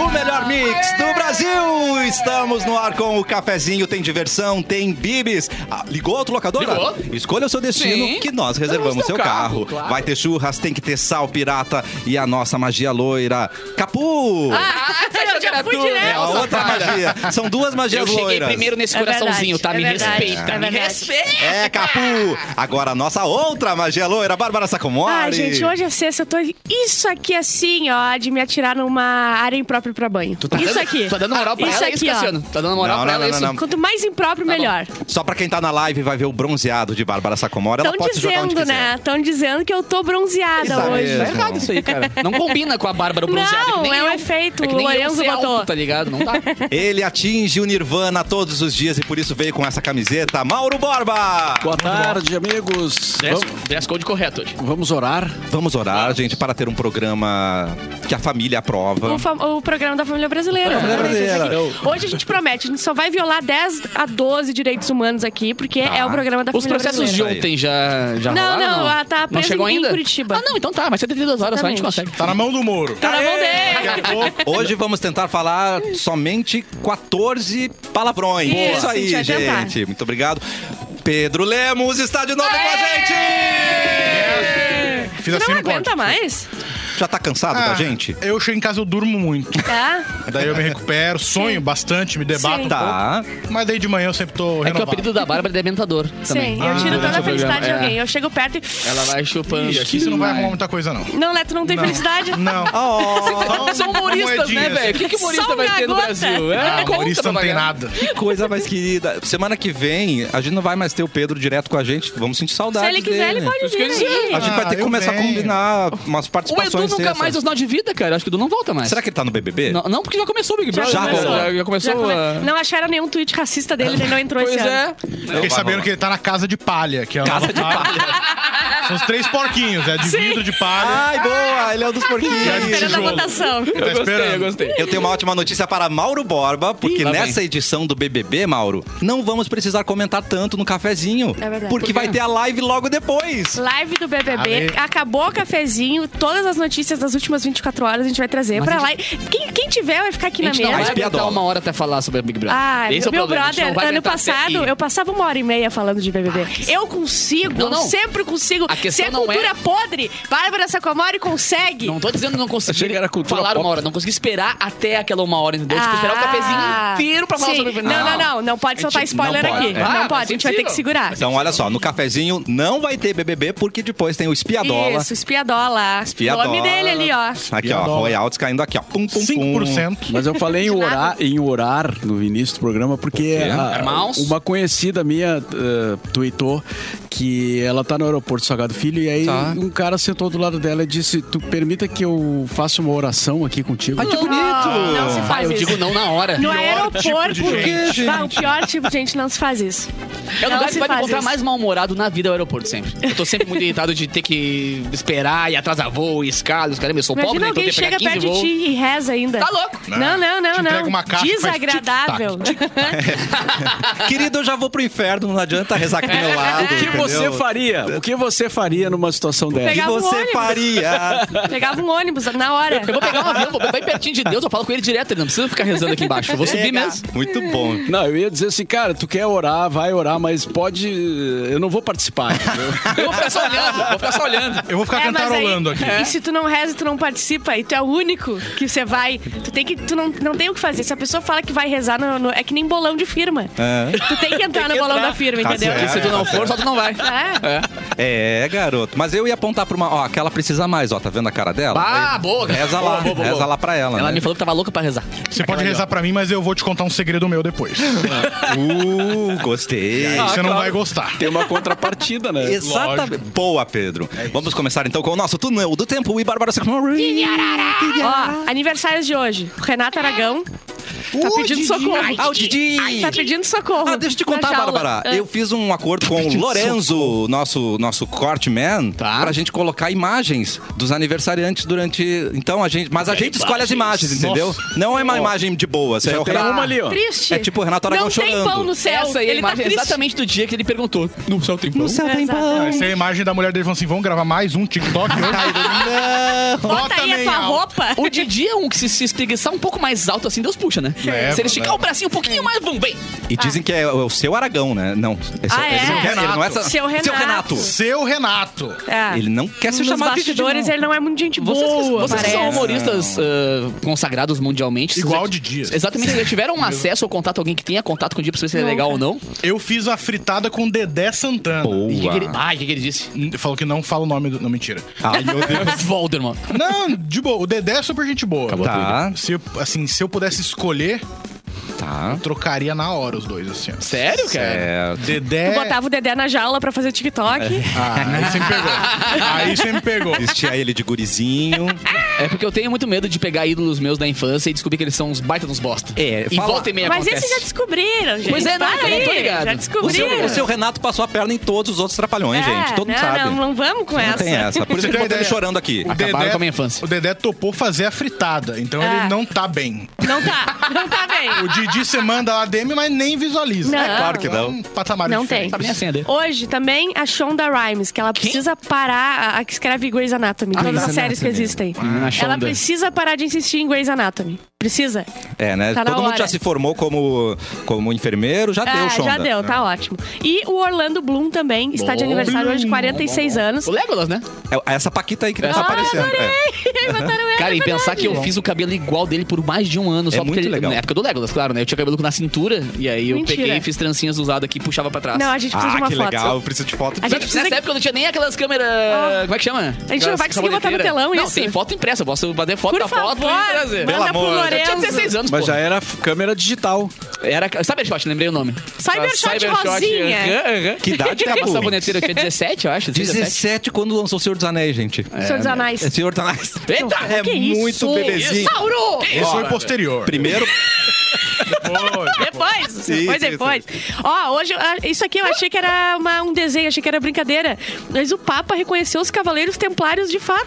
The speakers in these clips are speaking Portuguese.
O melhor mix do Brasil! Estamos no ar com o cafezinho, tem diversão, tem bibis. Ah, ligou outro locador? Ligou. Escolha o seu destino Sim. que nós reservamos Levamos seu teu carro. carro, claro. Vai ter churras, tem que ter sal pirata e a nossa magia loira. Capu! Ah, eu já fui direto. É a outra magia. São duas magias Eu cheguei loiras. primeiro nesse É coraçãozinho, verdade, tá? é Me verdade, respeita, é me verdade. respeita. É, Capu! Agora a nossa outra magia loira, Bárbara Sacomori. Ai, gente, hoje é sexta, eu tô isso aqui assim, ó, de me atirar numa área imprópria pra banho. Tu tá isso dando- aqui. Tá dando moral pra isso ela aqui, isso, ó. Cassiano. Tá dando moral Não, pra não, ela não, isso. não, não. Quanto mais impróprio, melhor. Só pra quem tá na live vai ver o bronzeado de Bárbara Sacomori. Ela Estão pode se jogar onde dizendo, quiser. né? Estão dizendo que eu tô bronzeada Isso aí. hoje. Tá Mesmo. errado isso aí, cara. Não combina com a Bárbara bronzeada. Não, que nem é um eu. efeito, É que nem o eu Lorenzo ser alto, botou. tá ligado? Não dá. Ele atinge o Nirvana todos os dias e por isso veio com essa camiseta. Mauro Borba! Boa tarde, amigos. Dress, Vam- dress code correto hoje. Vamos orar. Vamos orar, gente, para ter um programa que a família aprova. O, fam- o programa da família brasileira. exatamente, isso aqui. Hoje a gente promete, a gente só vai violar 10 a 12 direitos humanos aqui, porque Tá. é o programa da Os família processos brasileira. de ontem já, já Não, rolaram? não, ela tá Não presa chegou em ainda? Curitiba. Ah, não, então tá. Mas 72 horas só a gente Exatamente. consegue. Tá na mão do Moro. Tá na mão dele. Hoje vamos tentar falar somente 14 palavrões. Boa. Isso aí, Sim, gente. deixa eu tentar. Muito obrigado. Pedro Lemos está de novo com a gente! Fiz Tu assim não no aguenta corte. mais? Já tá cansado da Ah, gente? Eu chego em casa, eu durmo muito. Tá? Daí eu me recupero, sonho bastante, me debato. Sim. um Tá. pouco, Mas daí de manhã eu sempre tô É que o renovado. apelido da Bárbara é dementador também. Sim, eu Ah, tiro toda a durante o felicidade de programa, é. alguém. Eu chego perto e. Ela vai chupando. Ih, aqui você não vai é. arrumar muita coisa, não. Não, Neto, não tem felicidade? Não. Oh, São humoristas, né, Moedinhas. velho? O que, que humorista Só vai na ter no gota. Brasil? É, assim. Ah, conta, humorista não tem papagaio. nada. que coisa mais querida. Semana que vem, a gente não vai mais ter o Pedro direto com a gente. Vamos sentir Se saudade ele quiser, dele. ele pode Isso que eu ia vir. dizer. aí. A gente vai Ah, ter que eu começar a venho. combinar umas O Edu participações. nunca dessas. mais os nó de vida, cara. Acho que o Edu não volta mais. Será que ele tá no BBB? Não, não, porque já começou o Big Brother. Já né? rolou. já, já começou. Já come- a- Não acharam nenhum tweet racista dele, ele não entrou é. Pois esse ano. é. Fiquei vai sabendo rolar. que ele tá na casa de palha, que é a Casa nova de São os três porquinhos, é de vidro de palha. Ai, boa! Ele é um dos Tô Ai, porquinhos. Tá esperando a tijolo. Eu votação. gostei, esperando. eu gostei. Eu tenho uma ótima notícia para Mauro Borba, porque Ih, lá vem. nessa edição do BBB, Mauro, não vamos precisar comentar tanto no cafezinho, É verdade. Ah, porque Por quê? vai ter a live logo depois. Live do BBB, Amei. acabou o cafezinho, todas as notícias das últimas 24 horas a gente vai trazer pra live. Quem, quem tiver vai ficar aqui A na gente não vai mesa. aguentar Espiadola. uma hora até falar sobre Big Brother. é Ah, Esse é o meu problema, a gente não brother, vai ano aguentar até passado ir. eu passava uma hora e meia falando de BBB. eu consigo, Ah, Não, não. eu sempre consigo. A questão Se é não cultura é- podre, Bárbara Sacomori consegue. Não tô dizendo não Achei consegui que era cultura falar pop. uma hora. Não consegui esperar até aquela uma hora, entendeu? Tipo, esperar o Ah, cafezinho inteiro pra falar sim. sobre Big Não, Brother. não, não. Não pode A gente soltar spoiler não pode, aqui. é. Não Ah, pode, mas a gente vai ter que impossível. segurar. Então, olha só, no cafezinho não vai ter BBB, porque depois tem o Espiadola. Isso, espiadola. Espiadola. Nome dele ali, ó. Aqui, ó, Espiadola. royalties caindo aqui, ó. Pum, pum, pum. 5%. Mas eu falei em De nada. orar, em orar no início do programa porque a- Irmãos? uma conhecida minha eh, tweetou que ela tá no aeroporto Salgado Filho e aí Tá. um cara sentou do lado dela e disse: "Tu permita que eu faça uma oração aqui contigo?" Ai, que bonito! Não se Ah, faz eu isso. digo não na hora. No tipo aeroporto. de Por quê, gente? Bah, o pior tipo de gente não se faz isso. É o Não lugar se que vai me faz encontrar isso. mais mal-humorado na vida é o aeroporto, sempre. Eu tô sempre muito irritado de ter que esperar e atrasar voo e escala. Os caras, eu sou pobre, Imagina né? Então eu alguém tenho que chega pegar 15 perto de voos. ti e reza ainda. Tá louco? Não, não, Te não, não. entrega uma caixa e faz Desagradável. Querido, eu já vou pro inferno, não adianta rezar aqui do meu lado. O que você entendeu? faria? O que você faria numa situação O dessa? que Pegava um você ônibus. faria? Pegava um ônibus na hora. Eu vou pegar um avião, vou bem pertinho de Deus, eu falo com ele direto, ele não precisa ficar rezando aqui embaixo. Eu vou subir Chega. mesmo. Muito bom. Não, eu ia dizer assim, cara, tu quer orar, vai orar, mas pode. Eu não vou participar. entendeu? Eu vou ficar só olhando, vou ficar só olhando. Eu vou ficar É, mas cantarolando aí- aqui. E se tu não reza, tu não participa, e tu é o único que você vai. Tu tem que. Tu não, não tem o que fazer. Se a pessoa fala que vai rezar, no- no- é que nem bolão de firma. É. Tu tem que entrar no bolão da firma, Tá entendeu? Porque se tu não for, só tu não vai. É. É, garoto. Mas eu ia apontar pra uma. Ó, aquela precisa mais, ó. Tá vendo a cara dela? Ah, boa, cara. Reza Boa, lá, boa, boa, reza boa. lá pra ela. Ela né? me falou que tava louca pra rezar. Você É pode rezar pra mim, mas eu vou te contar um segredo meu depois. Aí Uh, gostei. você não claro. vai gostar. Tem uma contrapartida, né? Exatamente. Boa, Pedro. É Vamos começar então com o nosso túnel do tempo e Bárbara Sacomori. Ó, aniversários de hoje. Renato Aragão, Tá Ô, pedindo Didi. socorro. Ai, Ah, o Didi. Ai, Tá pedindo socorro. Ah, deixa eu te Na contar, jaula. Bárbara. Ah. Eu fiz um acordo com o Lorenzo, nosso, nosso corte man, Tá. pra gente colocar imagens dos aniversariantes durante. Então a gente. Mas a gente escolhe as imagens, entendeu? Não é uma imagem de boa. Você é o Tem Renato- uma ali, ó. Triste. É tipo o Renato Aragão Não tem chorando. pão no céu. Essa aí é a Ele tá imagem triste. exatamente do dia que ele perguntou. No céu tem pão? tá tem Exato. pão. Essa é a imagem da mulher dele falando assim: vamos gravar mais um TikTok hoje? Não! Bota Bota aí a tua meia. roupa. O Didi é um que se, se espreguiçar um pouco mais alto assim, Deus puxa, né? É, Se ele esticar é. o bracinho um pouquinho mais, vamos, vem. E dizem que é o seu Aragão, né? Não. Esse Ah, esse é? Ele não é essa- Seu Seu Renato. Renato. Seu Renato. É. Ele não quer ser Nos chamado de Didi. bastidores, não. ele não é muito gente Vocês, que- boa, vocês que são parece. humoristas ah, consagrados mundialmente. vocês Igual já- de Dias. Exatamente. Vocês já tiveram um acesso ou contato alguém que tenha contato com o Didi pra saber se ele é Não, legal ou cara. não? Eu fiz a fritada com Dedé Santana. E o que que ele... Boa. Ah, o que, que ele disse? Falou que não fala o nome do. Não, mentira. Ai, meu Deus. Voldemort. Não, de boa. O Dedé é super gente boa. Tá, Se, eu- assim, se eu pudesse escolher, tá. trocaria na hora os dois, assim. ó. Ah, Sério, cara? É, Dedé. Tu botava o Dedé na jaula pra fazer TikTok. Ah, aí você me pegou. Aí você me pegou. vestia ele de gurizinho. É porque eu tenho muito medo de pegar ídolos meus da infância e descobrir que eles são uns baita dos bosta. É, e fala- volta e meia Mas acontece. esses já descobriram, gente. Pois é, não, Para eu não tô aí, ligado. Já O O descobriram. seu, o seu Renato passou a perna em todos os outros trapalhões, É, gente. Todo mundo não, sabe. Não, não vamos com Não essa. tem essa. Por isso que Você eu tem botei ele ideia? chorando aqui. O Acabaram com a minha infância. O Dedé topou fazer a fritada, então Ah. ele não tá bem. Não tá, não tá bem. O Didi você manda lá DM, mas nem visualiza. Não. É claro que não. Então, Patamar Não diferente. Sabe nem É assim, a senha dele. Hoje também a Shonda Rhimes, que ela precisa parar a, a que escreve Grey's Anatomy, todas Grey's as séries que Anatomy. existem. Menina Ela Shonda. precisa parar de insistir em Grey's Anatomy. Precisa. É, né? Tá na Todo mundo hora. já se formou como, como enfermeiro. Já Ah, deu, Shonda. já deu, tá ótimo. E o Orlando Bloom também está de Bom. aniversário hoje, 46 anos. Ah, O Legolas, né? É essa Paquita aí que tá Essa aparecendo. É. Botaram ela, Cara, é e pensar verdade. que eu fiz o cabelo igual dele por mais de um ano. É só muito porque, legal. Na época do Legolas, claro, né? Eu tinha cabelo na cintura. E aí eu Mentira. peguei e fiz trancinhas usadas aqui e puxava pra trás. Não, a gente precisa de Ah, uma que foto. legal. Eu preciso de foto. A gente precisa- Ah. Nessa época eu não tinha nem aquelas câmeras. Como é que chama? A gente não vai conseguir botar no telão não, isso. Tem foto impressa, eu posso fazer foto Por da favor, foto e trazer. Pelo manda pro amor de Eu Deus. tinha Lorenzo. 16 anos, Mas pô. já era f- câmera digital. Era. Cybershot, lembrei o nome. Cybershot rosinha. aham, aham. Que idade A tem saboneteira eu tinha 17, eu acho. 17. 17 quando lançou o Senhor dos Anéis, gente. Senhor dos Anéis. É, Senhor dos Anéis. Eita! É Que isso? muito bebezinho. Sauro! Esse foi posterior. Primeiro, Depois, depois, isso, depois. Ó, hoje, ah, isso aqui eu achei que era uma- um desenho, achei que era brincadeira. Mas o Papa reconheceu os Cavaleiros Templários de fato.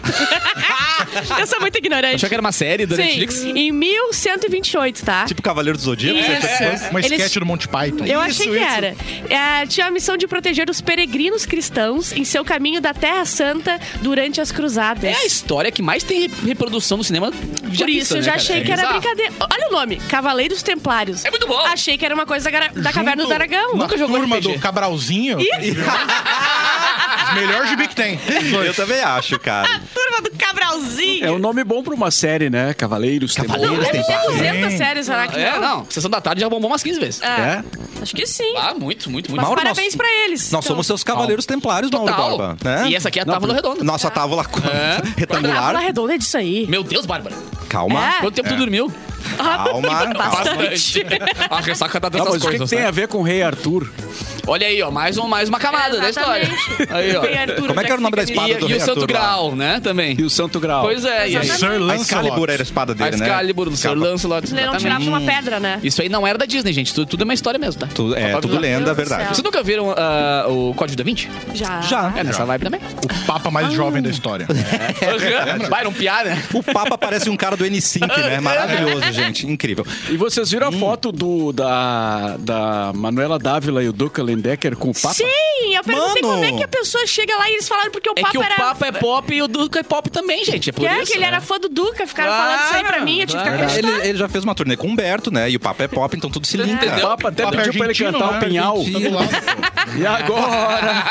eu sou muito ignorante. Achou que era uma série da Sim, Netflix? em 1128, tá? tipo Cavaleiro do Zodíaco. Isso. você- É, Uma Eles- sketch do Monty Python. Eu Isso, achei que isso. era. É, tinha a missão de proteger os peregrinos cristãos em seu caminho da Terra Santa durante as cruzadas. É a história que mais tem re- reprodução no cinema. já Por isso, vista, eu né, já cara? achei É que era bizarro. brincadeira. Olha o nome: Cavaleiros Templários. É muito bom. Achei que era uma coisa da, gara- da Caverna do Junto Dragão. na Nunca jogou turma RPG. do Cabralzinho. Os melhores gibi que tem. Os dois. Eu também acho, cara. Turma do Cabralzinho. É um nome bom pra uma série, né? Cavaleiros. Cavaleiros. Deve Templários. ter Templários. 200 séries, será que É, não? não. Sessão da tarde já bombou umas 15 vezes. Ah, É? Acho que sim. Ah, muito, muito, muito. Mas Mauro, parabéns nós- pra eles. Nós somos seus Cavaleiros Templários, Mauro Total. Borba. Né? E essa aqui é a Não, tábua por- redonda. Nossa tábua A retangular. Meu Deus, Bárbara. Calma. É. Quanto tempo tu dormiu? Calma. calma. Bastante. a ressaca tá Não, dessas mas o que, coisas, que tem né? a ver com o Rei Arthur? Olha aí, ó. Mais, um, mais uma camada da história. Exatamente. Aí, ó. Tem Arthur, Como é que era o nome da fica espada E, do e rei o Santo Arthur lá? Grau, né? Também. E o Santo Grau. Pois é. E aí? Exatamente. Sir A Lancelot. Excalibur era a espada A dele, né? Excalibur do Sir Capa- Lancelot. Ele não tirava exatamente. uma pedra, né? Isso aí não era da Disney, gente. Tudo, tudo é uma história mesmo, tá? Tudo, Só é, pra tudo avisar. lenda, é Deus do verdade. Vocês nunca viram ah, o Código da Vinci? Já. Já. É, nessa vibe também. O papa Ah. mais jovem da história. Byron Piá, né? O Papa parece um cara do N5, É. né? Maravilhoso, gente. Incrível. Tá E vocês viram a foto do, da, da Manuela Dávila e o Duca Lendecker com o Papa? Sim, eu perguntei Mano. como é que a pessoa chega lá e eles falaram porque o É Papa que o era... Papa é pop e o Duca é pop também, gente. É por Que é, isso. que ele né? era fã do Duca, ficaram falando isso aí pra mim, eu tive que Claro, acreditar. Ele, ele já fez uma turnê com o Humberto, né? E o Papa é pop, então tudo se linka. O Papa até Papa pediu pra ele argentino, cantar né? o Pinhal. Argentino lá, Tá E agora?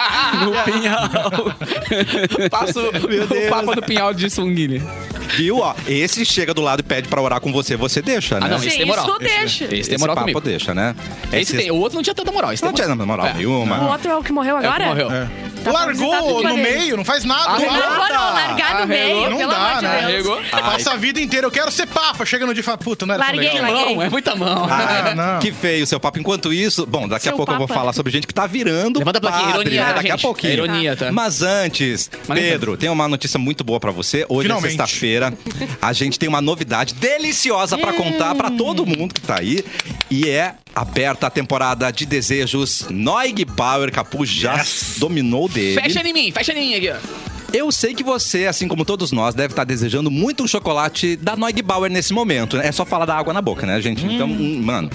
No Pinhal. Passa o, o Papa do Pinhal de Sunguinha. Viu, ó? Esse chega do lado e pede pra orar com você, você deixa, né? Ah, não, Sim, esse tem moral. isso não Esse- deixa. Esse tem Esse moral Papa comigo. deixa, né? Esse tem. O outro não tinha tanta moral. Esse Não tem tinha moral. moral É. nenhuma. O outro é o que morreu É o que agora? morreu. Tá pra visitar Largou tudo no dele. meio, não faz nada. Arregou. lá. Largou não, largar no Arregou. meio, Não pelo dá, amor de né? Deus. Arregou. Passa a vida inteira, eu quero ser papa. Chega no dia e fala, puta, não era Larguei, tão legal. larguei. Mão, é muita mão. Ah, não. Que feio seu papo. Enquanto isso, bom, daqui a Seu pouco eu vou papa. falar sobre gente que tá virando Levanta a plaquinha, padre, ironia, né? tá, Daqui a gente? pouquinho. É ironia, tá? Mas antes, Mas nem Pedro, tem uma notícia muito boa pra você. Hoje Finalmente. é sexta-feira. A gente tem uma novidade deliciosa pra contar pra todo mundo que tá aí e é aberta a temporada de desejos. Noig Power Capu já dominou dele. Fecha em mim, fecha em mim aqui, ó. Eu sei que você, assim como todos nós, deve estar desejando muito um chocolate da Noig Bauer nesse momento. né? É só falar da água na boca, né, gente? Então, hum, mano,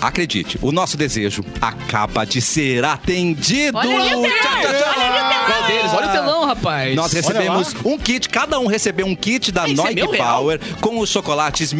acredite, o nosso desejo acaba de ser atendido. Olha ali o telão, Tchau, tchau, tchau. Qual deles? Olha o telão, É rapaz. Nós recebemos um kit, cada um recebeu um kit da Ei, isso é Noig meu real? Power com os chocolates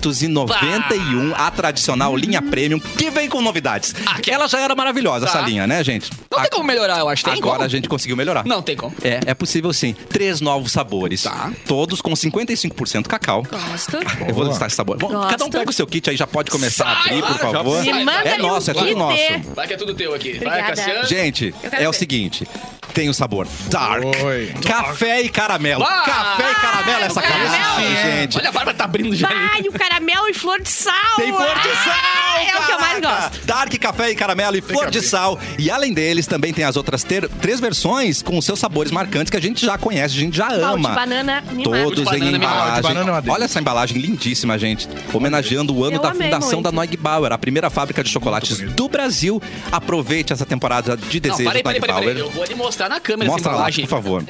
1891, a Hum. tradicional linha premium, que vem com novidades. Aqui. Ela já era maravilhosa, Ah, Tá. essa linha, né, gente? Não A- tem como melhorar, eu acho. Tem Agora como? a gente conseguiu melhorar. Não tem como. É, é possível sim. Três novos sabores. Tá. Todos com 55% cacau. Gosto. Eu vou listar esse sabor. Bom, Gosto. cada um pega o seu kit aí, já pode começar a Sai, abrir, por claro, já favor. sai, Me manda É ali um nosso, é tudo kit. nosso. Vai que é tudo teu aqui. Obrigada. Vai, Cassiano. Gente, Eu quero é o ver. seguinte. Tem o sabor dark, Oi. café e caramelo. Vai! Café e caramelo, Ah, essa o camisa caramelo. sim, gente. Olha, a Bárbara tá abrindo já. Vai, o caramelo e flor de sal. Tem flor de sal! Ah, é o que eu mais caraca! gosto. Dark, café e caramelo e flor de sal. E além deles, também tem as outras ter- três versões com os seus sabores marcantes que a gente já conhece, a gente já de ama. banana me Todos mata. O de em banana me mata. O de embalagem. banana é uma delícia. Olha essa embalagem lindíssima, gente. Homenageando o ano Eu da amei fundação muito. da Noig Bauer, a primeira fábrica de chocolates do Brasil. Aproveite essa temporada de Não, desejo peraí, da peraí, Noig peraí, peraí. Bauer. Eu vou lhe mostrar na câmera Mostra essa lá, embalagem. por favor.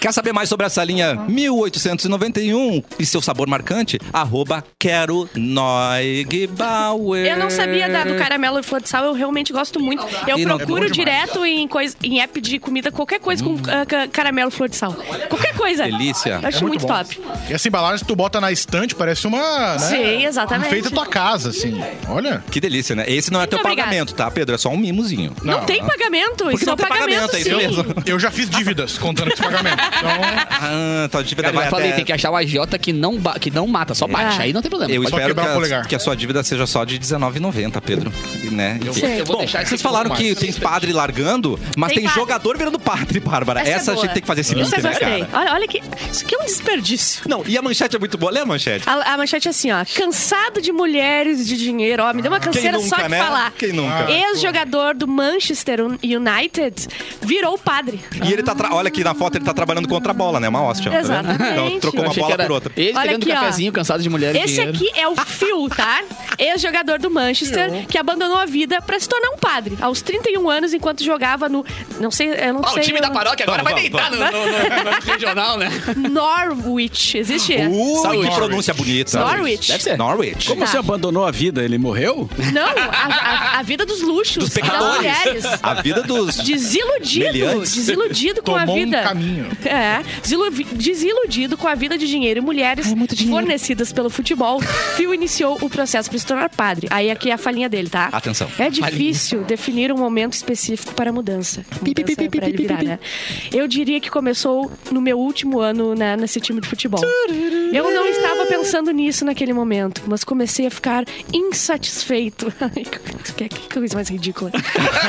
Quer saber mais sobre essa linha 1891 e seu sabor marcante? Arroba Quero Noig Bauer. Eu não sabia da, do caramelo e flor de sal, eu realmente gosto muito. Eu E não- procuro é bom demais. Hum. direto em, coisa, em app de comida qualquer coisa com ah, ca- caramelo e flor de sal. Qualquer coisa. Delícia. É Eu acho muito, bom. top. E essa embalagem que tu bota na estante parece uma. né, Sim, exatamente. Feita tua casa, assim. Olha. Que delícia, né? Esse não é teu obrigada. pagamento, tá, Pedro? É só um mimozinho. Não, Não, tem não. pagamento, Porque isso não é tem pagamento, pagamento, é isso sim. mesmo. Eu já fiz dívidas contando com esse pagamento. Então, Ah, tua dívida Cara, eu vai já falei, até... tem que achar o agiota que não, ba- que não mata, só bate. É. Aí não tem problema. Eu Pode- espero que quebrar o a, polegar. que a sua dívida seja só de R$19,90, Pedro. Né? Eu Enfim. vou- eu vou Bom, deixar esse vocês aqui falaram um pouco que mais. tem padre largando, mas Tem tem, padre. jogador virando padre, Bárbara. Essa, é a boa. gente tem que fazer esse Isso link, eu né, gostei. cara? Olha, olha que. Isso aqui é um desperdício. Não, e a manchete é muito boa. Lê a manchete. A, a manchete é assim, ó. Cansado de mulheres e de dinheiro. Ó, me deu uma Quem canseira só nunca, de né? falar. Quem nunca? Ex-jogador do Manchester United virou padre. E ele tá... tra- Olha aqui na foto, ele tá trabalhando contra a bola, né? Uma hóstia. tá vendo? Exatamente. Então trocou Eu uma achei que bola era por outra. Ele Olha pegando aqui, ó. cafezinho, cansado de mulher. e Esse dinheiro. aqui é o Phil, tá? Ex-jogador do Manchester, que abandonou a vida pra se tornar um padre. Aos 31 anos, enquanto jogava no... Não sei, eu não Ó, sei... o time eu da não- paróquia agora Vamos, vai deitar vamos, no, no- no- no regional, né? Norwich. Existe? Ui, Norwich. que pronúncia bonita. Norwich. Deve ser. Norwich. Como Tá. você abandonou a vida? Ele morreu? Não, a, a- a vida dos luxos. Dos das pecadores. mulheres. A vida dos... Desiludido, Meliantes. desiludido com Tomou a um vida. caminho. É, desilu- desiludido com a vida de dinheiro e mulheres fornecidas pelo futebol, Phil iniciou o processo para se tornar padre. Aí aqui é a falinha dele, tá? Atenção. É difícil definir um momento específico para a mudança. Mudança é pra ele virar, né? Eu diria que começou no meu último ano né, nesse time de futebol. Eu não estava pensando nisso naquele momento, mas comecei a ficar insatisfeito. Ai, que- que coisa mais ridícula.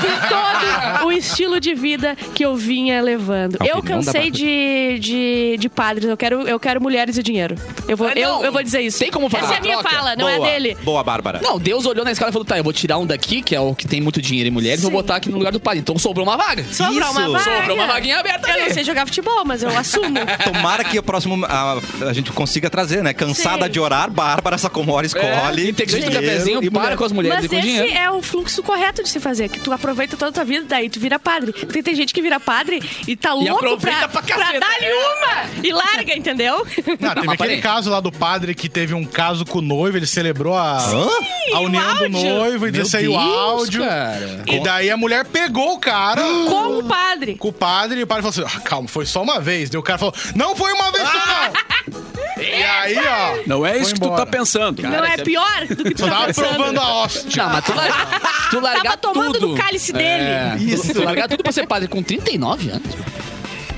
Com todo o estilo de vida que eu vinha levando. A Eu opinião da cansei Bárbara. de, de, de padres, eu quero, eu quero mulheres e dinheiro. Eu vou, Ah, não. eu, eu vou dizer isso. Tem como fazer Essa é uma a minha troca? fala, não Boa. é dele. Boa, Bárbara. Não, Deus olhou na escala e falou: tá, eu vou tirar um daqui, que é o que tem muito dinheiro e mulheres, e vou Sim. botar aqui no lugar do padre. Então sobrou uma vaga. Sobrou uma Isso. vaga. Sobrou uma vaguinha aberta Eu ali. não sei jogar futebol, mas eu assumo. Tomara que o próximo a, a gente consiga trazer, né? Cansada Sim. de orar, Bárbara Sacomori escolhe. É, integrante do dinheiro cafezinho, e para mulher. com as mulheres Mas e com o esse dinheiro. é o fluxo correto de se fazer, que tu aproveita toda a tua vida, daí tu vira padre. Porque tem gente que vira padre e tá louco aproveita pra, pra pra, caceta. É. dar-lhe uma e larga, entendeu? não, teve mas aquele peraí. caso lá do padre que teve um caso com o noivo, ele celebrou a, a união o do áudio. noivo e Meu saiu o Deus, áudio. cara. E daí a mulher pegou o cara. Com o padre. Com o padre, e o padre falou assim: "Ah, calma, foi só uma vez. Daí o cara falou: não foi uma vez só, não! e aí, ó. Não é foi isso que tu embora. tá pensando. Não Cara, é você- pior do que tu Só tá tava pensando. provando a hóstia. Não, mas tu, lar... tu largar tomando tudo. do cálice dele. É, tu- Isso. Tu largar tudo pra ser padre com 39 anos.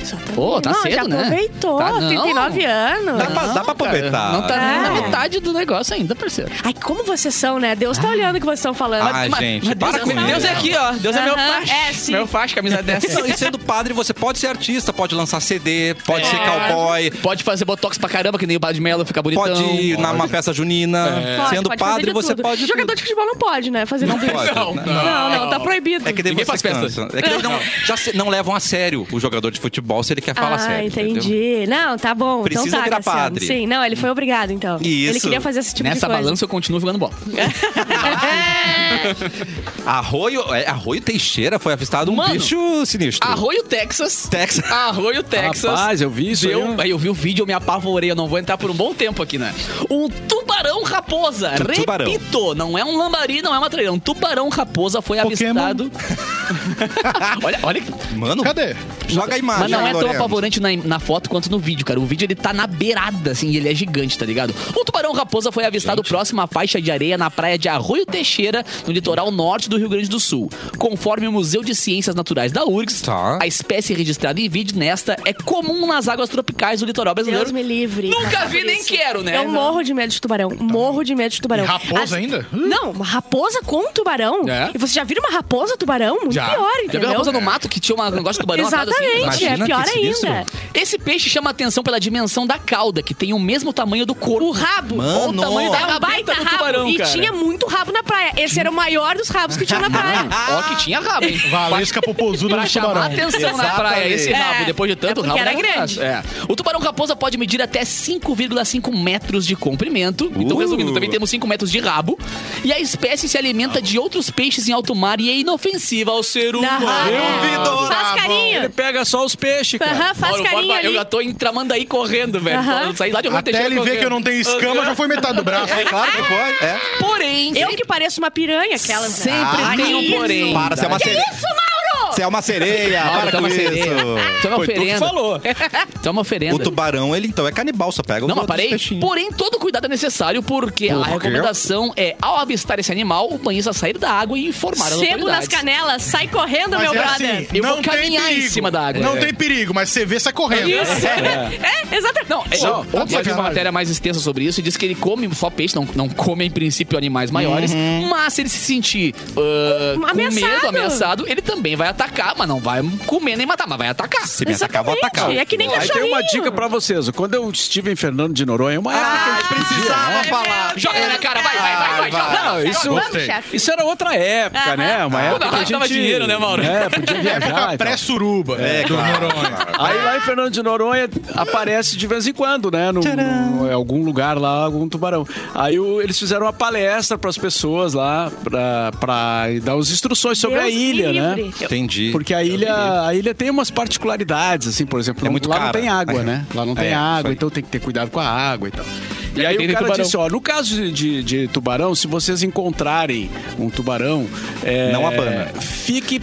Exatamente. Pô, tá não, cedo, já né? aproveitou, Tá, não. 39 anos. Dá pra, dá pra aproveitar. Não tá nem na É. metade do negócio ainda, parceiro. Ai, como vocês são, né? Deus tá olhando o que vocês estão falando. Ah, Mas- gente, mas para Deus, tá com isso. Deus é aqui, ó. Deus é meu Aham, faixa. é, sim. Meu faixa, camisa dessa. Não, e sendo padre, você pode ser artista, pode lançar CD, pode É. ser cowboy, Pode fazer botox pra caramba, que nem o Bad Mello fica bonitão. pode ir numa festa junina. É. Pode, Sendo pode fazer padre, de você tudo. pode. Jogador de futebol não pode, né? Fazer tudo isso. Não, né? Não, não, tá proibido. É que daí Ninguém você faz festa. cansa. É que daí não, já se- não levam a sério o jogador de futebol se ele quer falar ah, sério. entendi. entendeu? Não, tá bom. Precisa então tá, virar Cassiano. padre. Sim, não, ele foi obrigado, então. Isso. Ele queria fazer esse tipo Nessa de coisa. balança eu continuo jogando bola. Arroio, é, Arroio Teixeira foi avistado um Mano, bicho sinistro. Arroio, Texas. Texas. Arroio, Texas. Rapaz, eu vi isso aí, é Deu, ó. aí eu vi o vídeo, eu me apavorei. Eu não vou entrar por um bom tempo aqui, né? Um tubarão raposa. Tu- Repito, tubarão. não é um lambari, não é uma traíra. Um tubarão raposa foi Pokémon. avistado. olha, olha. que- Mano, Cadê? joga a imagem. né, Mas não é tão Lorena. apavorante na, na foto quanto no vídeo, cara. O vídeo ele tá na beirada, assim, e ele é gigante, tá ligado? O tubarão raposa foi avistado próximo à faixa de areia na praia de Arroio Teixeira, no litoral norte do Rio Grande do Sul. Conforme o Museu de Ciências Naturais da URGS, Tá. a espécie registrada em vídeo nesta é comum nas águas tropicais do litoral Deus brasileiro. me livre. Nunca vi, nem quero, né? Eu morro de medo de tubarão. Morro de medo de tubarão. E raposa As- ainda? Não, uma raposa com um tubarão. É. E você já viu uma raposa tubarão? Muito Já. pior, Já viu entendeu? a raposa no mato que tinha uma- um negócio de tubarão atado, assim? Exatamente, Imagina é pior que sinistro. ainda. Esse peixe chama atenção pela dimensão da cauda, que tem o mesmo tamanho do corpo. O rabo. Olha Mano. o tamanho da Era um rabeta baita Tá do rabo. tubarão, e cara. tinha muito rabo na praia. Esse era o maior dos rabos que tinha na praia. Ó que tinha rabo, hein? Valesca Popozuda Pra do chamar Tubarão. atenção na Exatamente. praia, esse É, rabo, depois de tanto é porque rabo. era né? grande. É. O tubarão raposa pode medir até 5,5 metros de comprimento. Então, Uh. resumindo, também temos 5 metros de rabo. E a espécie se alimenta de outros peixes em alto mar e é inofensiva ao ser humano. Eu vi, Faz Ele carinho. pega só os peixes, cara. Aham, faz Mauro Borba, carinho Eu ali. já tô entramando aí correndo, velho. Aham. Saí lá de Rua Até Teixeira ele ver correndo. que eu não tenho escama, já foi metade do braço. É claro que foi. É. Ah, Porém, Eu que pareço uma piranha, aquelas. né? sempre Ah, tem um isso. porém. Para, você é uma tá? sereia. Isso, Mauro! Você é uma sereia. Para tu é com uma sereia. Tu é isso. uma Foi tu que oferenda. falou. Tu é uma oferenda. O tubarão, ele então é canibal, só pega o Não, mas dos parei. peixinhos. Porém, todo cuidado é necessário, porque a Por quê? recomendação é, ao avistar esse animal, o banhista sair da água e informar as Sebo nas autoridades. canelas, sai correndo, Mas meu é brother. assim, Eu vou não tem caminhar em perigo. cima da água. Não É. tem perigo, mas você vê, sai correndo. Isso. né? É, exatamente. Não, é, Pô, eu- tá ontem eu vi uma sacanagem. matéria mais extensa sobre isso e diz que ele come só peixe, não, não come em princípio animais maiores, Uhum. mas se ele se sentir ah, Com- com medo, Hum, ameaçado. ameaçado, ele também vai atacar, mas não vai comer nem matar, mas vai atacar. Se me atacar, vou atacar. É que nem Aí tem cachorrinho. uma dica pra vocês. Quando eu estive em Fernando de Noronha, é uma época que a gente Ah, precisava né? falar. Joga na minha cara, vai, vai, vai, Vai, vai, joga. Não, isso, é Vamos, Gostei. né? chefe. isso era outra época, né? Quando Uma a época que a rádio gente... dava dinheiro, né, Mauro? É, podia viajar Época e então. tal. pré-suruba é, do Noronha. Aí lá em Fernando de Noronha aparece de vez em quando, né? No, no- em algum lugar lá, algum tubarão. Aí o- eles fizeram uma palestra pras pessoas lá, pra, pra dar as instruções sobre a Deus me ilha, né? livre. Entendi. Porque a ilha, a ilha tem umas particularidades, assim, por exemplo, É não- muito lá cara. não tem água, né? Lá não tem É, isso água, aí. então tem que ter cuidado com a água e tal. E, E aí tem o cara tubarão. disse, ó, no caso de, de- de tubarão, se vocês encontrarem um tubarão... é, Não abana. Fique,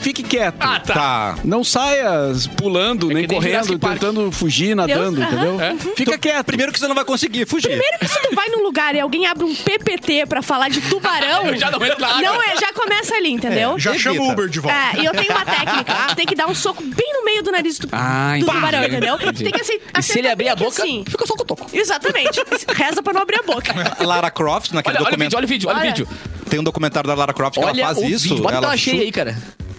fique quieto. Ah, tá. Tá. Não saia pulando, É nem que nem correndo, Jurassic Park. tentando fugir, nadando, aham. entendeu? É. Fica quieto. Primeiro que você não vai conseguir fugir. Primeiro que se tu vai num lugar e alguém abre um PPT pra falar de tubarão, Eu já não entro na água. não é, já começa ali, entendeu? Já Evita. chama o Uber de volta. É, e eu tenho uma técnica. Tu tem que dar um soco bem no meio do nariz do, Ah, do entendi. tubarão, entendeu? Tu tem é que acei- E se ele acertar abrir a bem boca, assim. fica só com o toco. Exatamente. Reza pra não abrir a boca. Lara Croft, naquele Olha, olha o documento. vídeo, olha o vídeo, olha o Olha. vídeo. Tem um documentário da Lara Croft que Olha ela faz o isso. vídeo. Bota ela tela cheia chuta- aí, cara.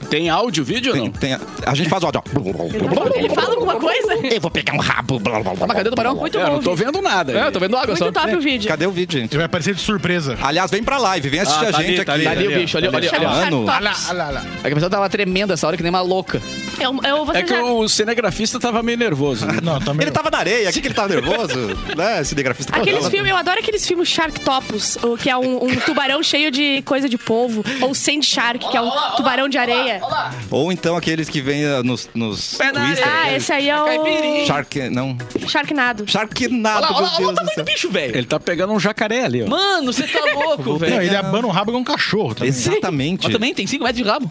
Tem áudio, vídeo ou tem- não? tem- a gente faz o áudio, ó. Ele fala alguma coisa? Eu vou pegar um rabo. blá, blá, blá, Mas cadê blá, blá. o tubarão? Muito É, eu bom. não tô o vídeo. vendo nada. É, eu tô vendo água só. Muito top o vídeo. Cadê o vídeo, gente? Ele vai aparecer de surpresa. Aliás, vem pra live, vem assistir Ah, a tá gente ali, aqui. tá ali, Cadê o ali, ó. bicho? Olha, olha, Chama olha. Mano. Shark Talks. Olha lá, olha lá. A pessoa tava tremenda essa hora, que nem uma louca. Eu, eu, um, você É que já... o cinegrafista tava meio nervoso. né? Não, também. tá Ele tava na areia, aqui que ele tava nervoso, né? Cinegrafista. Aqueles Não. filmes, eu adoro aqueles filmes Shark Topus, o que é um, um tubarão cheio de coisa de polvo, ou Sand Shark, que é um tubarão de areia. Ou então aqueles que vêm eh, nos, nos Pé na twister. Ah, esse aí é o Shark, não. Sharknado. Sharknado, Olha lá, olha lá, olha meu Deus o do tamanho do céu. bicho, velho. Ele tá pegando um jacaré ali, ó. Mano, você tá louco, Não, ele velho. abana o rabo igual um cachorro. Também. Exatamente. Mas também tem 5 metros de rabo.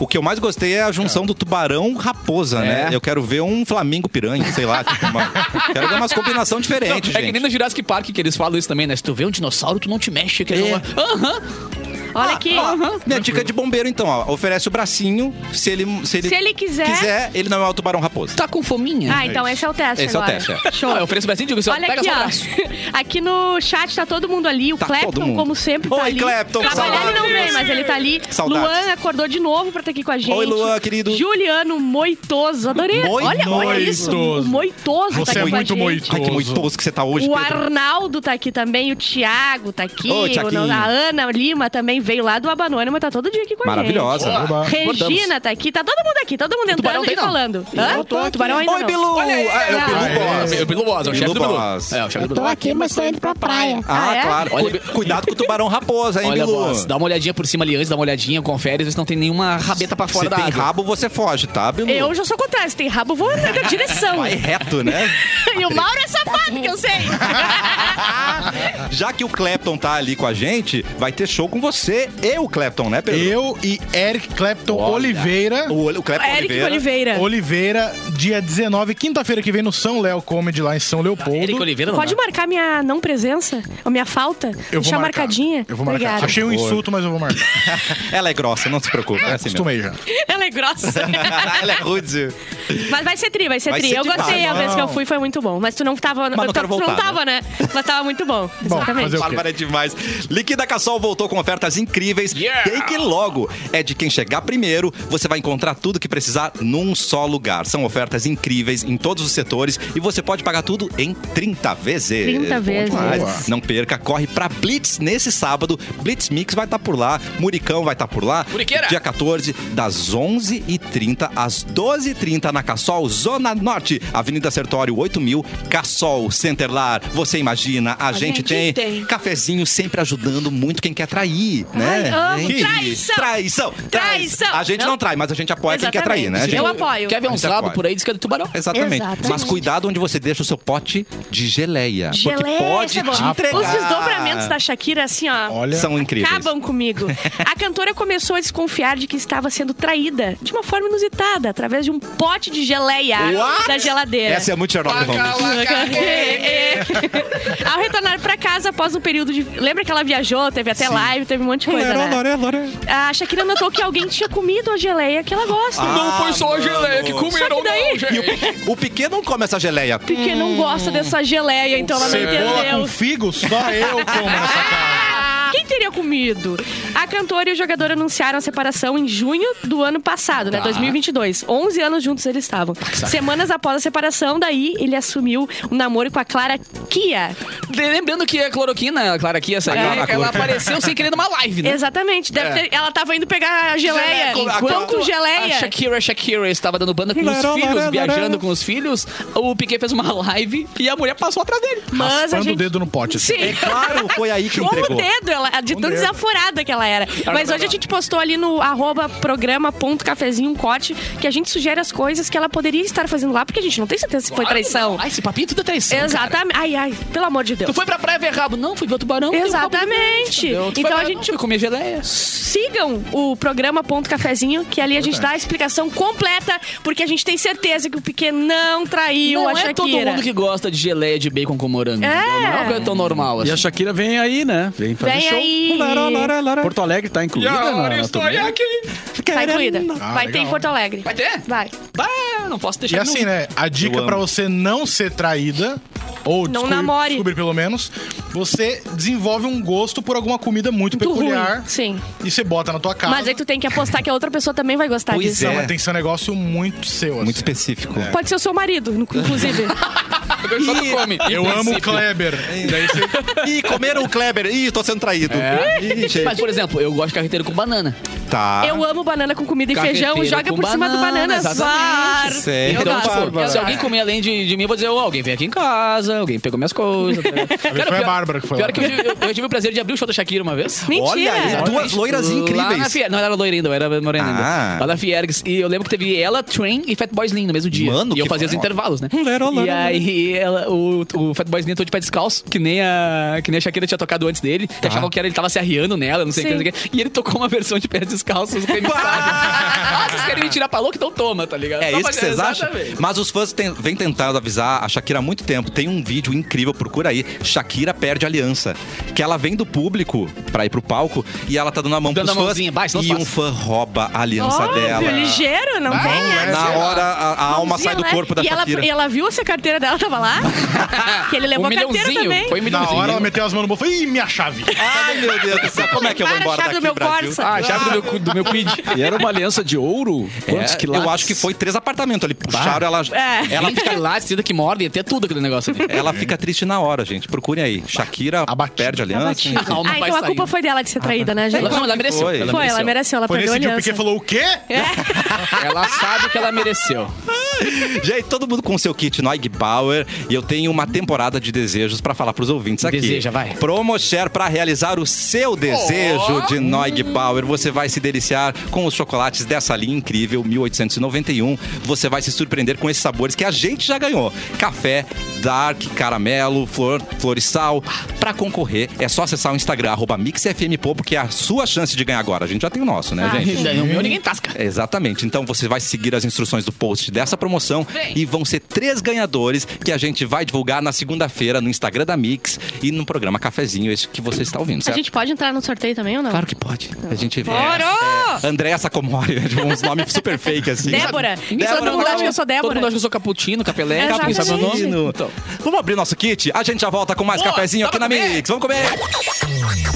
O que eu mais gostei é a junção do tubarão raposa, É. né? Eu quero ver um flamingo piranha, sei lá. Tipo, uma... quero ver umas combinações Não, diferentes, é que gente. nem no Jurassic Park que eles falam isso também, né? Se tu vê um dinossauro, tu não te mexe. Que ele É. não- Aham. Olha aqui. Minha dica de bombeiro, então, ó. Oferece o bracinho. Se ele, se ele, Se ele quiser- quiser, ele não é o tubarão raposa. Tá com fominha? Ah, então esse é o teste Esse é o agora. teste, é. Não, eu ofereço o bracinho e digo assim, ó, Olha pega aqui, só o braço. ó. Aqui no chat tá todo mundo ali. O Tá todo Clapton, mundo. como sempre, tá Oi, ali. Clapton, Trabalhar ele não saudades. vem, mas ele tá ali. Saudades. Luan acordou de novo pra estar aqui com a gente. Oi, Luan, querido. Juliano Moitoso. Adorei. Olha, olha isso. O Moitoso. Moitoso Você tá aqui é com muito a gente. moitoso. Ai, que muito tosco que você tá hoje, O Pedro. Arnaldo tá aqui também, o Thiago tá aqui, Ô, Tiaguinho. o- a Ana Lima também veio lá do Abanônimo, tá todo dia aqui com Maravilhosa. a gente. Oba. Regina tá aqui, tá todo mundo aqui, todo mundo Tubarão entrando tem, e não? falando. Hã? O Tubarão ainda Oi, não. Bilu! Ah, é o Bilu Aê. Boss. É o Bilu Boss, é o chefe do Bilu Bilu. Boss. É, o chefe do Tô Bilu. aqui, mas tô indo pra praia. Ah, Ah, é? claro. Cu- Olha, Cuidado com o tubarão raposa, hein, Olha, Bilu? boss, dá uma olhadinha por cima ali antes, dá uma olhadinha, confere, às vezes não tem nenhuma rabeta pra fora Se da tem água. rabo, você foge, tá, Bilu? Eu já sou contrário, se tem rabo, eu vou na minha direção. Vai reto, né? E o Mauro é safado, que eu sei. Ah. Já que o Clapton tá ali com a gente, vai ter show com você e o Clapton, né, Pedro? Eu e Eric Clapton Oliveira. O, o Clapton Eric Oliveira. Oliveira. Oliveira, dia 19, quinta-feira que vem no São Léo Comedy, lá em São Leopoldo. Eric Oliveira não Pode dá. marcar minha não presença? Ou minha falta? Eu vou Deixar marcar. marcadinha? Eu vou marcar. Obrigada. Achei um insulto, mas eu vou marcar. Ela é grossa, não se preocupe. É assim mesmo. Acostumei já. Ela é grossa. Ela é rude. Mas vai ser tri, vai ser Vai tri. ser eu demais. gostei, a Não. vez que eu fui foi muito bom. Mas tu não tava. não tu, quero tu não voltar, tava, né? Mas tava muito bom. Bom, Exatamente. fazer o quê? Bárbara é demais. Liquida Sol voltou com ofertas incríveis. Yeah! Tem que ir logo. É de quem chegar primeiro. Você vai encontrar tudo que precisar num só lugar. São ofertas incríveis em todos os setores e você pode pagar tudo em 30 vezes. 30 Bom vezes. demais. Boa. Não perca, corre pra Blitz nesse sábado. Blitz Mix vai estar por lá, Muricão vai estar por lá. Muriqueira. Dia 14, das 11h30 às 12h30 na Cassol, Zona Norte, Avenida Sertório 8000, Cassol Centerlar. Você imagina, a, gente, gente tem, tem. cafezinho sempre ajudando muito quem quer trair, né? Ai, amo. Gente, Traição. Traição! Traição. A gente não, trai, mas a gente apoia quem quer trair, né? Exatamente. gente? Eu apoio. Quer ver uns Isso é lados quase. por aí, diz que é do tubarão. Exatamente. Exatamente. Mas cuidado onde você deixa o seu pote de geleia. Geleia, porque pode isso é bom. te entregar. Os desdobramentos da Shakira, assim, ó. Olha. São incríveis. Acabam comigo. A cantora começou a desconfiar de que estava sendo traída de uma forma inusitada, através de um pote de geleia What? da geladeira. Essa é muito Chernobyl Holmes. É, é. Ao retornar pra casa após um período de. Lembra que ela viajou, teve até live, teve um monte de coisa. Né? A Shakira notou que alguém tinha comido a geleia que ela gosta. Ah, não foi só a geleia que mano. comeram, Só que daí- não, gente. O Piquet não come essa geleia. Porque não gosta dessa geleia, então ela não Cebola com entendeu. figo, só eu como nessa casa. Quem teria comido? A cantora e o jogador anunciaram a separação em junho do ano passado, né? 2022. 11 anos juntos eles estavam. Semanas após a separação, daí ele assumiu um namoro com a Clara Kia. Lembrando que a cloroquina, a Clara aqui, essa aí, Clara ela Cloro. apareceu sem querer numa live, né? Exatamente. Deve ter- ela tava indo pegar a geleia. Geleia, com- Pão com A geleia. Shakira, Shakira estava dando banda com os Lará, filhos, lará, viajando lará. com os filhos. O Piquet fez uma live e a mulher passou atrás dele. Mas a Raspando o gente. dedo no pote. assim. É Sim. claro, foi aí que Com o entregou. dedo, ela, de tão desaforada que ela era. Mas hoje a gente postou ali no arroba programa.cafezinho um corte que a gente sugere as coisas que ela poderia estar fazendo lá, porque a gente não tem certeza se foi traição. Ai, esse papinho tudo é traição. cara. Exatamente. Ai, ai, pelo amor de Tu Deus. foi pra praia ver rabo? Não, fui ver o tubarão. Exatamente. um Entendeu? Tu foi Então pra- a gente Não, fui comer geleia. sigam o programa Ponto Cafezinho, que ali a gente dá a explicação completa, porque a gente tem certeza que o pequeno não traiu não a é Shakira. todo mundo que gosta de geleia de bacon com morango. É. entendeu? Não é uma coisa tão normal E assim. a Shakira vem aí, né? Vem fazer Vem show. aí. Porto Alegre tá incluída na, na turnê? Tá incluída. Ah, Vai ter legal. em Porto Alegre. né? Vai ter? Vai. Ah, não posso deixar E assim, não. né? A dica amo. pra você não ser traída, ou descobrir, namore. descobrir pelo menos, você desenvolve um gosto por alguma comida Muito muito, peculiar. ruim. Sim. E você bota na Tá. tua casa. Mas aí tu tem que apostar que a outra pessoa também vai gostar Pois disso. Não, É. mas tem que ser um negócio muito seu, Muito assim. específico. é. Pode ser o seu marido, no- inclusive. Agora só tu come. Eu amo o Kleber. Daí você Ih, comeram o Kleber. Ih, tô sendo traído. Ih, gente. Mas, por exemplo, eu gosto de carreteiro com banana. Tá. Eu amo banana com comida e Carreteiro feijão. Joga Ah. com por cima do banana, banana. Var. exatamente. Certo. Eu Então, gosto. tipo, eu gosto. se alguém comer além de, de mim, eu vou dizer, ô, alguém veio aqui em casa, alguém pegou minhas coisas. Cara, foi a pior- Bárbara que foi Pior lá. que eu, tive- eu- eu tive o prazer de abrir o show da Shakira uma vez. Olha, Mentira. aí, duas loiras Lá na incríveis. Fier... Não, ela era loira ainda, eu era morena Ah. ainda. Lá na Fiergs. E eu lembro que teve ela, Train e Fat Boys Lean no mesmo dia. Mano, e eu que fazia os foda. intervalos, né? E aí ela, o, o Fat Boys Lean todo de pé descalço, que nem a, que nem a Shakira tinha tocado antes dele. Tá. Que achava que era, ele tava se arriando nela, não sei o que, não sei o que. E ele tocou uma versão de pés descalços remixada. ah, vocês querem me tirar pra louco, então toma, tá ligado? É Só isso pra- que vocês acham? Exatamente. Mas os fãs ten- vêm tentando avisar a Shakira há muito tempo. Tem um vídeo incrível, procura aí. Shakira perde a aliança. Que ela vem do público pra ir pro palco e ela tá dando a mão Dando pros a fãs. mãozinha, vai, senão e faz. um fã rouba a aliança Óbvio, dela. ligeiro, não tem essa. Na é hora, a, a alma sai do Mãozinha, né? corpo da e ela, Shakira. e ela viu se a carteira dela tava lá? que ele levou um a carteira milhãozinho. também. Foi um Na milhãozinho. hora ela meteu as mãos no bolso e falou, ih, minha chave. Tá Ai, meu Deus do céu, como é que eu vou Para, embora chave daqui, do meu Brasil? Corsa. Ah, a chave do meu, cu- do meu quid. E era uma aliança de ouro? Quantos É, quilates? eu acho que foi três apartamentos. ali puxaram, ela, É. ela, Ela fica lá, decida que morde, até tudo aquele negócio ali. ela fica triste na hora, gente. Procurem aí. Shakira Abatida. perde a aliança. Abatido. Não, não ah, vai então a sair. culpa foi dela de ser traída, né, gente? Ela, não, ela mereceu. é Foi. Ela Foi, mereceu. ela mereceu, ela Foi perdeu a É. nesse dia o aliança. Piquet falou, o quê? "Né?" Ela sabe que ela mereceu. Gente, é todo mundo com seu kit Noig Bauer e eu tenho uma temporada de desejos pra falar pros ouvintes aqui. Deseja, vai. Promoshare pra realizar o seu desejo de Noig Bauer. Você vai se deliciar com os chocolates dessa linha incrível 1891. Você vai se surpreender com esses sabores que a gente já ganhou: café, dark, caramelo, flor, florestal. Pra concorrer é só acessar o Instagram arroba mixfmpo porque é a sua chance de ganhar agora. A gente já tem o nosso, né, Ah, gente? O meu ninguém tasca. Exatamente. Então você vai seguir as instruções do post dessa promoção Vem. e vão ser três ganhadores que a gente vai divulgar na segunda-feira no Instagram da Mix e no programa Cafezinho, esse que você está ouvindo, A certo? gente pode entrar no sorteio também ou não? Claro que pode. A gente vê. Bora! Andréa Sacomori, né? Tipo, uns nomes super fake assim. Débora. Todo mundo acha que eu sou Todo Débora. mundo acha é que eu sou cappuccino, capelé, Exatamente. sabe o nome? Cappuccino. Então. Vamos abrir nosso kit? A gente já volta com mais Boa, cafezinho dá aqui pra na comer? Mix. Vamos comer!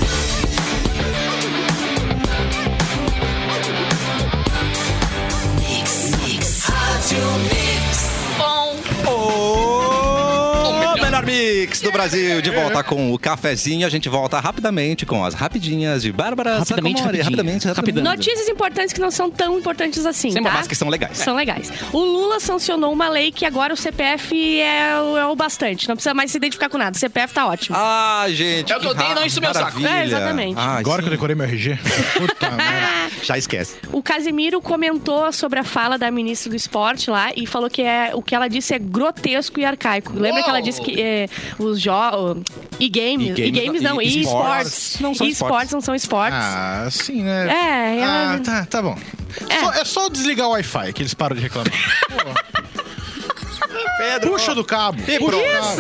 O melhor mix do Brasil, de volta com o cafezinho. A gente volta rapidamente com as rapidinhas de Bárbara Rapidamente, Sacomori. rapidinho. rapidamente, rapidamente. Rapidão. Notícias importantes que não são tão importantes assim, Sem tá? Mas que são legais. São legais. O Lula sancionou uma lei que agora o CPF é o, é o bastante. Não precisa mais se identificar com nada. O CPF tá ótimo. Ah, gente. É o que eu tenho, não enche o meu saco. maravilha. É, exatamente. Ai, Agora que sim. eu decorei meu RG. Puta merda. Já esquece. O Casemiro comentou sobre a fala da ministra do esporte lá e falou que é, o que ela disse é grotesco e arcaico. Lembra que ela disse que é, os jogos. E games. E games não, e esportes. Não são E esportes. esportes não são esportes. Ah, sim, né? É, ela- Ah, tá, tá bom. É. Só- é só desligar o Wi-Fi que eles param de reclamar. Pedro, Puxa do cabo. Puxa do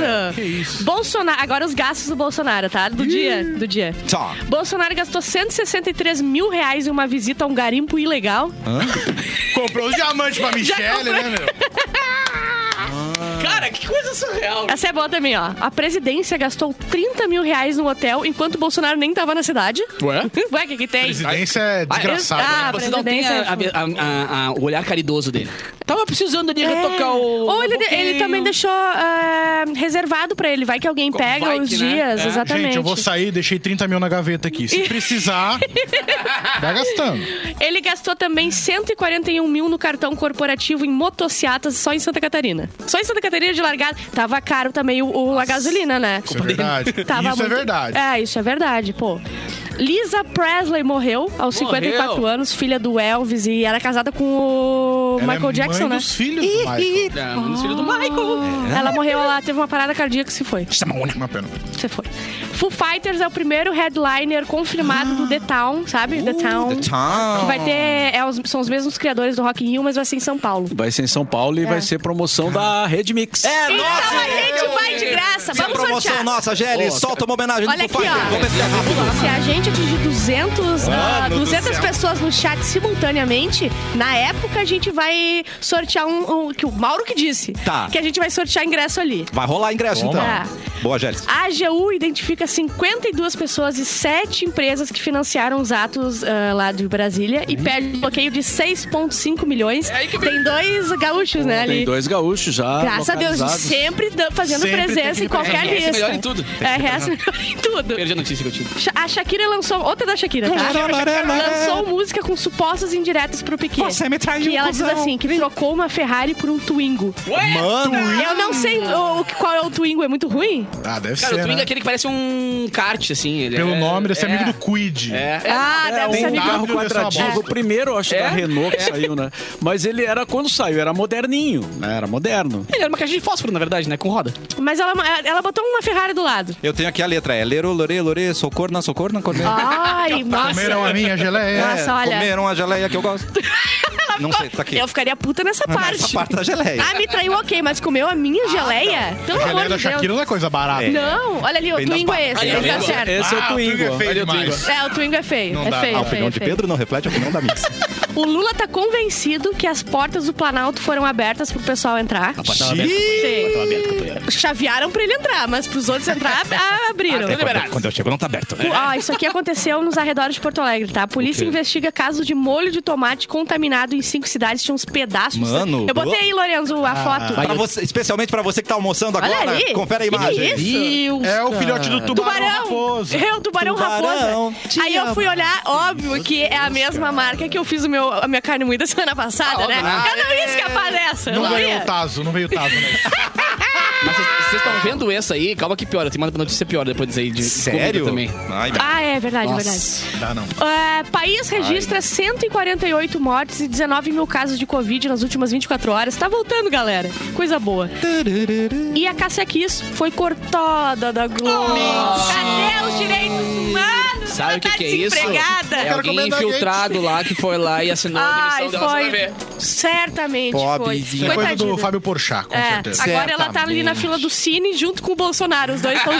cabo. Que isso? isso? Bolsonaro. Agora os gastos do Bolsonaro, tá? Do dia. Do dia. Tá. Bolsonaro gastou 163 mil reais em uma visita a um garimpo ilegal. Comprou os diamantes pra Michelle, né, meu? Cara, que coisa surreal. Essa é boa também, ó. A presidência gastou 30 mil reais no hotel enquanto o Bolsonaro nem tava na cidade. Ué? Ué, o que, que tem? Presidência é desgraçada. Ah, né? a Você não tem presidência tipo. a- a- a- a- o olhar caridoso dele. Tava precisando de retocar o. É. Ou ele, um pouquinho. ele também deixou ah, reservado pra ele. Vai que alguém Vai pega que, os né? dias, É. exatamente. Gente, eu vou sair, deixei 30 mil na gaveta aqui. Se precisar, vai gastando. Ele gastou também 141 mil no cartão corporativo em motociatas só em Santa Catarina. Só em Santa Catarina de largada. Tava caro também o, o- a gasolina, né? Isso é verdade. Tava Isso é muito- verdade. É, isso é verdade, pô. Lisa Presley morreu aos 54 anos, filha do Elvis, e era casada com o Ela Michael é Jackson, mãe né? dos filhos do Michael. É, um dos filhos do Michael. Ela morreu lá, teve uma parada cardíaca e se foi. é Uma pena. Você foi. Foo Fighters é o primeiro headliner confirmado do The Town, sabe? The Town. Tchau. Que Então, vai ter. é os- são os mesmos criadores do Rock in Rio, mas vai ser em São Paulo. Vai ser em São Paulo e vai ser promoção da Rede Mix. É, Então nossa, a gente vai de graça. Essa Vamos é promoção sortear. nossa, Gelli, Ô, solta uma homenagem Olha do Foo aqui, ó. Fighters. Vamos ver se é rápido. Se a gente atingir 200, ah, Mano do 200 céu. pessoas no chat simultaneamente, na época a gente vai sortear um, um- que o Mauro que disse. Tá. Que a gente vai sortear ingresso ali. Vai rolar ingresso, então. Tá. Boa, Gelli. A AGU identifica 52 pessoas e 7 empresas que financiaram os atos ah, lá de Brasília e pede um bloqueio de 6,5 É milhões. Tem dois gaúchos, né, Tem ali. dois gaúchos já. Graças a Deus, tá? localizados. sempre da- fazendo Sempre presença tem em que qualquer RS lista. melhor em tudo. Tem que É, RS melhor em tudo. Perdi a notícia que eu tive. Sha- A Shakira lançou. Outra da Shakira, tá? né? lançou música com supostas indiretas pro Piquet. Você me traiu, E ela diz cuzão. assim: que trocou uma Ferrari por um Twingo. Mano, Eu não sei o, o- qual é o Twingo, é muito ruim? Ah, deve Cara, o ser, Twingo é né? aquele que parece um kart, assim. Ele Pelo é- nome, deve ser é. amigo do Quid. É. ah, deve Tem ser um amigo. carro W dessa quadradinho, bosta. o primeiro, eu acho, da Renault que saiu, né? Mas ele era, quando saiu, era moderninho, né? Era moderno. Ele era uma caixa de fósforo, na verdade, né? Com roda. Mas ela, ela botou uma Ferrari do lado. eu tenho aqui a letra. É Lero, Lore, Lore, Socorna, Socorna, Cornê. Ai, nossa. É, Comeram a é minha geleia. Nossa, olha. Comeram a geleia que eu gosto. Ela Não sei, tá aqui. Eu ficaria puta nessa parte. Essa parte é da geleia. Ah, me traiu, ok, mas comeu a minha geleia? Pelo A amor geleia de da Deus. Shakira não é coisa barata. É. Não, olha ali, o Vem das Twingo é esse, Aí, ele tá amigo. certo. Esse é o Ah, o Twingo é Twingo. feio Olha o demais. Twingo. É, o Twingo é feio. Não é dá. feio, A é feio, opinião é Ah, de feio. Pedro não reflete a opinião da Mix. O Lula tá convencido que as portas do Planalto foram abertas pro pessoal entrar. Tá É, Sim. Chavearam pra ele entrar, mas pros outros entrar, a- abriram. Quando, quando eu chego, não tá aberto. Ó, isso aqui aconteceu nos arredores de Porto Alegre, tá? A polícia investiga caso de molho de tomate contaminado em cinco cidades. Tinha uns pedaços. de- Mano, eu botei aí, Lorenzo, a foto. Pra você- especialmente pra você que tá almoçando Ah, Olha agora, ali. confere a Que que é imagem. isso? Deus, É o filhote do tubarão. Tubarão! raposo. Eu, tubarão, Tubarão, raposa. te Aí eu fui olhar, óbvio que é a mesma marca que eu fiz o meu, a minha carne moída semana passada, né? Eu não ia escapar dessa. eu Não não veio ia. o Tazo, não veio o Tazo, né? Mas vocês- vocês estão vendo essa aí? Calma que piora. Tem uma notícia pior depois disso aí. De Sério? comida também. Ai, Ah, é verdade, Nossa. verdade. Dá não. É, país registra 148 mortes e 19 mil casos de Covid nas últimas 24 horas. Tá voltando, galera. Coisa boa. E a Cássia Kiss foi cortada da Globo. Cadê os direitos humanos? Sabe Ela o que, tá que é isso? desempregada. É alguém comendo alguém. infiltrado lá que foi lá e assinou a Ai, demissão dela. Você vai ver. foi. Certamente Pobrezinha. foi. É coisa Coitadinha. do Fábio Porchat, com É, certeza. agora ela tá ali na fila do Cine junto com o Bolsonaro. Os dois estão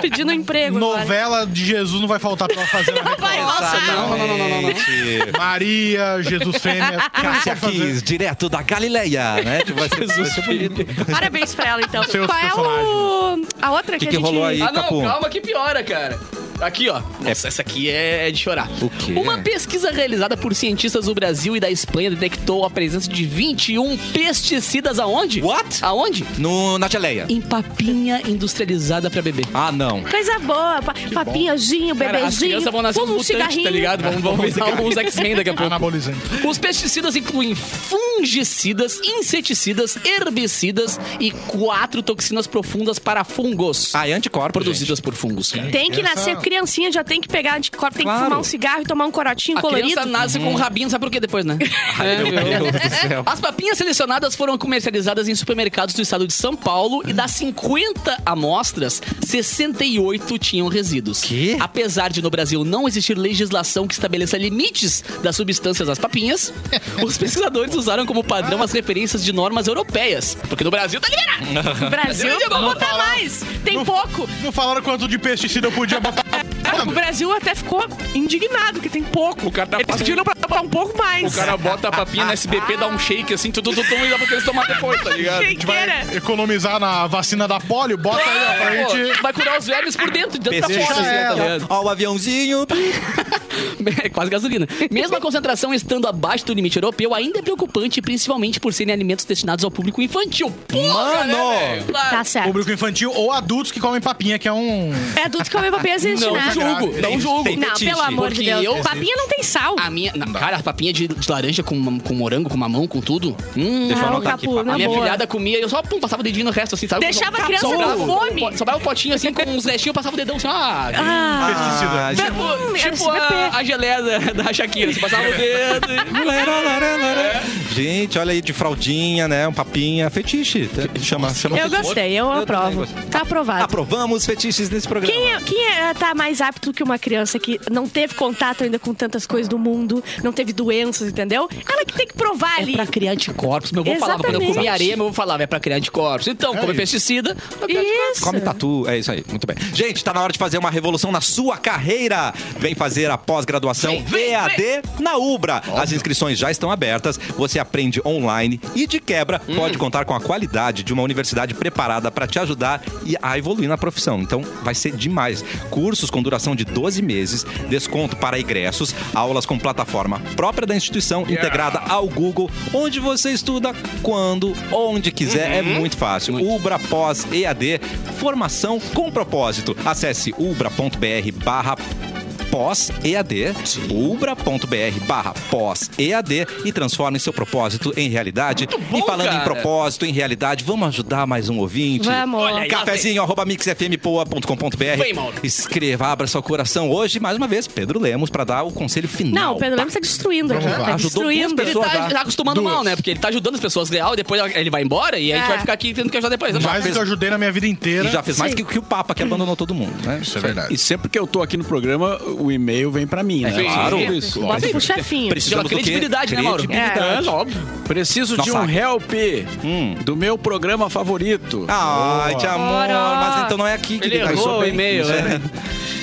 pedindo emprego. agora. Novela de Jesus não vai faltar pra ela fazer. na Record. Vai, nossa, Não, não, não, não, não, não. Gente. Maria, Jesus Fêmea. Cássia Kiss, direto da Galileia, né? Tipo, vai ser- vai ser bonito. Parabéns pra ela, então. Seus Qual é o... a outra que, Que que a gente... rolou aí? Ah, não, Capum. calma que piora, cara. Aqui, ó. Nossa, essa aqui é de chorar. O quê? Uma pesquisa realizada por cientistas do Brasil e da Espanha detectou a presença de 21 pesticidas aonde? What? Aonde? No, na geleia. Em papinha industrializada pra beber. Ah, não. Coisa boa, pa papinhozinho, Cara, as bebezinho, crianças vão nascer fuma um mutantes, cigarrinho. tá ligado? Vamos, vamos um virar uns X-Men daqui a pouco. Anabolizante. Os pesticidas incluem fungicidas, inseticidas, herbicidas e quatro toxinas profundas para fungos. Ah, é anticorpo, produzidas por fungos, cara. Tem que Essa- nascer criancinha, já tem que pegar anticorpo, tem Claro. que fumar um cigarro e tomar um corotinho A colorido. criança nasce com um rabinho, sabe por quê depois, né? Ai, é, meu Deus do céu. As papinhas selecionadas foram comercializadas em supermercados do estado de São Paulo e das 50 amostras, 68 tinham resíduos. Quê? Apesar de no Brasil não existir legislação que estabeleça limites das substâncias das papinhas, os pesquisadores usaram como padrão as referências de normas europeias. Porque no Brasil tá liberado! No Brasil, vou botar mais. Tem pouco. Não falaram quanto de pesticida eu podia botar. Ah, O Brasil até ficou indignado que tem pouco. O cara tá Eles pediram pra botar um pouco mais. bota a papinha no SBP, dá um shake assim, tudo, tudo, tudo, e dá pra eles tomar depois, tá ligado? A gente vai economizar na vacina da polio, bota aí ó, pra gente. Vai curar os vermes por dentro, de dentro da Pesquisa porta, assim, tá ela. ligado? Ó, o aviãozinho. É quase gasolina. Mesmo a concentração estando abaixo do limite europeu, ainda é preocupante, principalmente por serem alimentos destinados ao público infantil. Porra, Mano! né, velho? Claro. Tá certo. Público infantil ou adultos que comem papinha, que é um. É adulto que come papinha existe, Não né? julgo, não julgo. Ah, Tem Não, fetiche. pelo amor Porque de Deus. eu- Papinha não tem sal. A minha. não, cara, as papinhas de, de laranja com, com morango, com mamão, com tudo. Hum, Deixa eu Ah, o anotar aqui. Capu, papai. na a minha boa. Tipo, filhada comia e eu só pum, passava o dedinho no resto, assim, sabe? Deixava a criança sobrava, com fome. Sobrava um potinho assim com uns restinhos, eu passava o dedão assim, ah. Ah, Ah, Tipo, Hum, tipo SBP. a, a geleia da, da Shakira, você passava o dedo. e- gente. Gente, olha aí, de fraldinha, né? Um papinha. Fetiche. Chama, chama eu fetiche. gostei, eu Eu também aprovo. gostei. Tá aprovado. Ah, Aprovamos fetiches nesse programa. Quem, é, quem é, tá mais apto que uma criança que não teve contato ainda com tantas coisas do mundo, não teve doenças, entendeu? Ela que tem que provar É ali. pra criar anticorpos. Meu avô falava, quando eu Exatamente. comia areia, meu avô falava, é pra criar anticorpos. Então, come pesticida, pra criar Isso. Come tatu, é isso aí, muito bem. Gente, tá na hora de fazer uma revolução na sua carreira. Vem fazer a pós-graduação Vem, vem, EAD na Ubra. As inscrições já estão abertas, você aprende online e de quebra Hum. pode contar com a qualidade de uma universidade preparada para te ajudar e a evoluir na profissão. Então vai ser demais. Cursos com duração de 12 meses, desconto para ingressos, aulas com plataforma própria da instituição integrada ao Google, onde você estuda quando, onde quiser, é muito fácil. Ubra Pós EAD, formação com propósito. Acesse ubra.br barra pós-EAD, ubra.br barra pós-EAD e transforme seu propósito em realidade. e falando em cara. propósito, em realidade, vamos ajudar mais um ouvinte? Vamos. Olha aí, Cafezinho, arroba mixfmpoa.com.br. Vem, Mauro. Escreva, abra seu coração hoje, mais uma vez, Pedro Lemos, para dar o conselho final. Não, o Pedro Lemos tá destruindo. Vamos né? lá. Tá Ajudou destruindo. duas Ele pessoas. tá, Pessoa dá tá acostumando duas. mal, né? Porque ele tá ajudando as pessoas real, depois ele vai embora e aí a gente É. vai ficar aqui tendo que ajudar depois. né? Mais do que eu ajudei na minha vida inteira. E já fez mais que, que o Papa, que abandonou todo mundo, né? Isso é verdade. E sempre que eu tô aqui no programa, o o e-mail vem pra mim, né? Sim. Claro. Tudo isso. Bota pro chefinho. Precisamos Pela do quê? credibilidade, né, Mauro? Credibilidade. Preciso de Nossa. um help Hum. Ah. do meu programa favorito. Ai, te amor, Ora. mas então não é aqui que Ele vai- errou o Isso, e-mail, isso, né?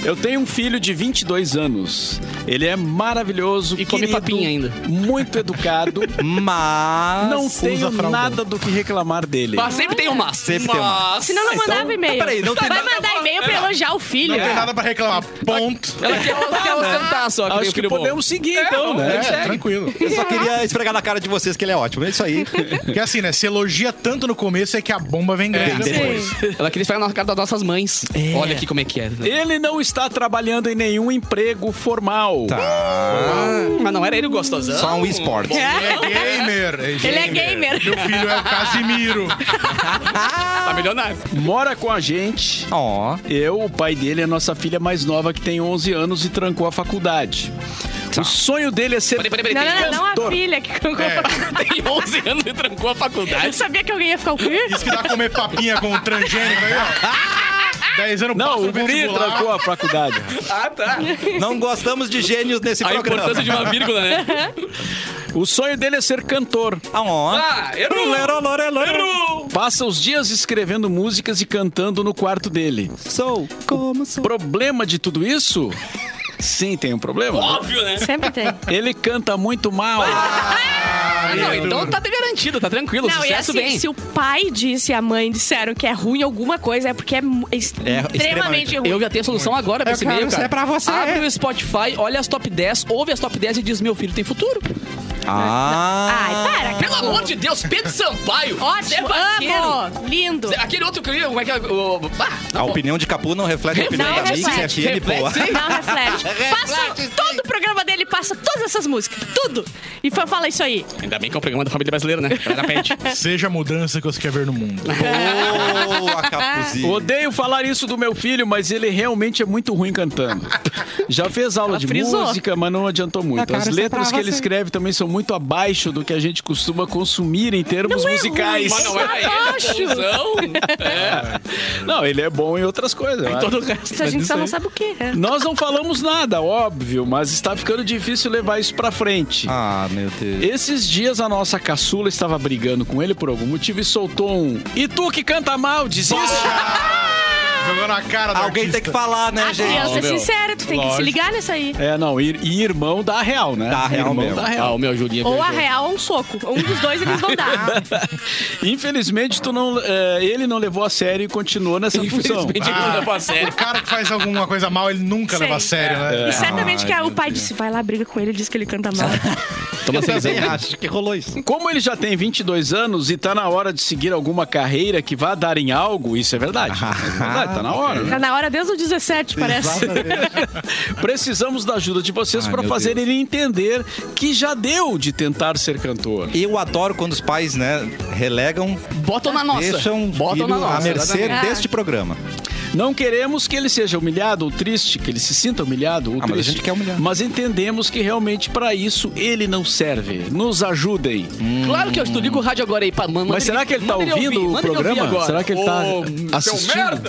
Eu tenho um filho de 22 anos. Ele é maravilhoso, E come querido, papinha ainda. Ah, Muito educado. Mas. não tenho fraldão. nada do que reclamar dele. Mas sempre tem um mas. Sempre tem um mas. Ah, Mas- é. Senão não mandava e-mail. peraí, não tem Vai nada- mandar e-mail pra elogiar o filho. Não tem nada pra reclamar. Ponto. Ela quer, ela quer Né? ostentar só, que nem Acho o que filho bom. podemos seguir, então, né? É, tranquilo. Eu só queria esfregar na cara de vocês que ele é ótimo. É isso aí. Porque assim, né? Se elogia tanto no começo é que a bomba vem Tem grande. depois. Ela queria esfregar na cara das nossas mães. Olha aqui como é que é. Ele não está trabalhando em nenhum emprego formal. Tá. Hum, Mas não era ele o gostosão? Só um esporte. Ele é gamer. Ele é gamer. Meu filho é o Casimiro. Tá milionário. Mora com a gente. Ó. Eu, o pai dele, é a nossa filha mais nova que tem 11 anos e trancou a faculdade. O sonho dele é ser. Peraí, peraí, Não, peraí. não, não, não a Doutor. filha que É, Tem 11 anos e trancou a Eu faculdade. sabia que alguém ia ficar o quê? isso que dá a comer papinha com o transgênico aí, ó. 10 anos passa Não, no o guri vestibular. trancou a faculdade. Ah, tá. Não gostamos de gênios nesse A programa. importância de uma vírgula, né? O sonho dele é ser cantor. Ó. Ah, errou. Lero, lore, lore. Passa os dias escrevendo músicas e cantando no quarto dele. Sou como sou. Problema de tudo isso? Sim, tem um problema. Óbvio, né? Sempre tem. Ele canta muito mal. Ah, não, então tá garantido, tá tranquilo. Não, e sucesso assim, bem. se o pai disse e a mãe disseram que é ruim alguma coisa, é porque é, mu- é extremamente, extremamente. ruim. Eu já tenho a solução agora pra esse quero e-mail, isso cara. é pra você. Abre o Spotify, olha as top 10, ouve as top 10 e diz, meu filho tem futuro. Ai, Ah. para. Pelo amor de Deus, Pedro Sampaio. Zé Ótimo, Vaqueiro. amo. Lindo. Zé- Aquele outro que... Como é que é? O- ah, tá A bom. opinião de Capu não reflete a opinião Não, da Mix reflete, FM, pô. reflete. Não reflete. Passa todo o programa dele, passa todas essas músicas, tudo. E fa- fala isso aí. Ainda bem que é um programa da família brasileira, né? Ela pede. Seja a mudança que você quer ver no mundo. Boa, Capuzinho. Odeio falar isso do meu filho, mas ele realmente é muito ruim cantando. Já fez aula Ela de frisou. música, mas não adiantou muito. As letras que ele escreve também são muito abaixo do que a gente costuma consumir em termos Não é musicais. Mas ruim, não era ele, bonzão. Não, ele é bom em outras coisas. eu Então acho. Todo o resto. Isso a Mas gente isso só não aí- Né, sabe o que é. Nós não falamos nada, óbvio, mas está ficando difícil levar isso pra frente. Ah, meu Deus. Esses dias a nossa caçula estava brigando com ele por algum motivo e soltou um. E tu que canta mal, desiste! Jogou na cara do Alguém artista. tem que falar, né, Ah, A gente? criança é meu. sincera, tu tem que se Lógico. ligar nessa aí. É, não, e, e irmão dá real, né? Dá real irmão mesmo. dá Ah, real. o meu Julinho. Ou a real ou um soco. Um dos dois eles vão dar. Infelizmente, tu não, é, ele não levou a sério e continuou nessa função. Infelizmente, não dá pra sério. O cara que faz alguma coisa mal, ele nunca Sim. leva a sério, né? E certamente Ai, que a- o meu pai disse: vai lá, briga com ele, diz que ele canta mal. Toma cerveja. acho que rolou isso. Como ele já tem 22 anos e tá na hora de seguir alguma carreira que vá dar em algo, isso é verdade. É verdade, tá na hora. né? Tá na hora desde o 17, parece. Precisamos da ajuda de vocês Ai, pra meu fazer Deus. ele entender que já deu de tentar ser cantor. Eu adoro quando os pais, né, relegam, Botam na nossa. um deixam o Botam filho na nossa. à mercê exatamente. Ah. exatamente. deste programa. Não queremos que ele seja humilhado ou triste, que ele se sinta humilhado ou Ah, mas a triste. gente quer humilhar. Mas entendemos que realmente pra isso ele não serve. Nos ajudem. Hum. Claro que eu estou ligo o rádio agora aí pra mano. Mas será que ele tá ouvindo o programa? Será que ele tá assistindo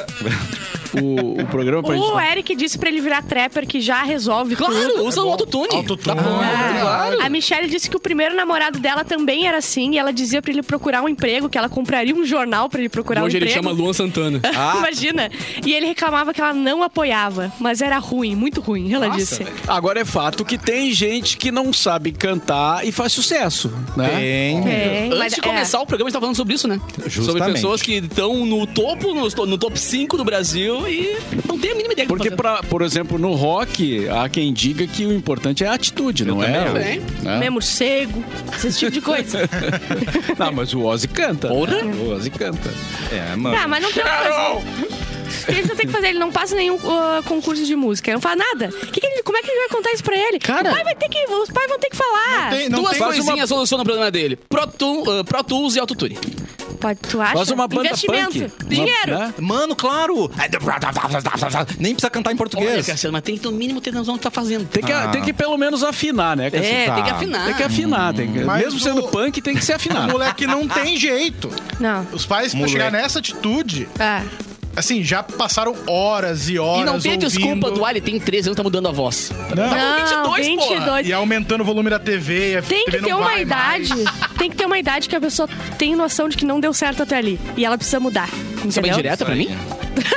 o, o programa pra gente O falar? Eric disse pra ele virar trapper que já resolve. tudo. Claro, é usa o autotune. Tá Autotune. bom, Ah. claro. A Michelle disse que o primeiro namorado dela também era assim e ela dizia pra ele procurar um emprego, que ela compraria um jornal pra ele procurar um Hoje ele emprego. chama Ah. Luan Santana. Imagina. E ele reclamava que ela não apoiava, mas era ruim, muito ruim, ela disse. Agora é fato que tem gente que não sabe cantar e faz sucesso, né? Tem. É, Antes mas- de é. começar o programa, a gente tava falando sobre isso, né? Sobre Justamente. pessoas que estão no topo, no, no top 5 do Brasil e não tem a mínima ideia do que Porque, tá pra, por exemplo, no rock, há quem diga que o importante é a atitude, não é? também, o- hein? né? Comer morcego, esse tipo de coisa. Não, mas o Ozzy canta. Porra. né? O Ozzy canta. É, mano. Tá, mas não tem o que fazer. O que ele não tem que fazer? Ele não passa nenhum ah, concurso de música. Ele não faz nada. Que que ele- como é que ele vai contar isso pra ele? Cara- o pai vai ter que, os pais vão ter que falar. Tem- não Duas tem- coisinhas solucionam o problema dele. Pro, Tool- ah, Pro Tools e Autotune. Pode, tu acha? Faz uma banda Investimento. punk. Uma- Dinheiro. né? Mano, claro! Nem precisa cantar em Olha, português. Cassiano, mas tem que no mínimo ter noção do que tá fazendo. Tem que, Ah. tem que pelo menos afinar, né? Cassiano? É, tá. tem que afinar. Tem que afinar. Tem que, Mas mesmo sendo o- punk, tem que se afinar. O moleque não tem jeito. Não. Os pais, pra Moleque. chegar nessa atitude, Ah, assim, já passaram horas e horas E não tem a ouvindo, desculpa do Ali, tem 13 anos, tá mudando a voz. Não. Não, 22, porra. 22. E aumentando o volume da TV. e a Tem TV que ter não uma vai mais. idade. Tem que ter uma idade que a pessoa tem noção de que não deu certo até ali. E ela precisa mudar. Isso é bem entendeu? direta pra mim?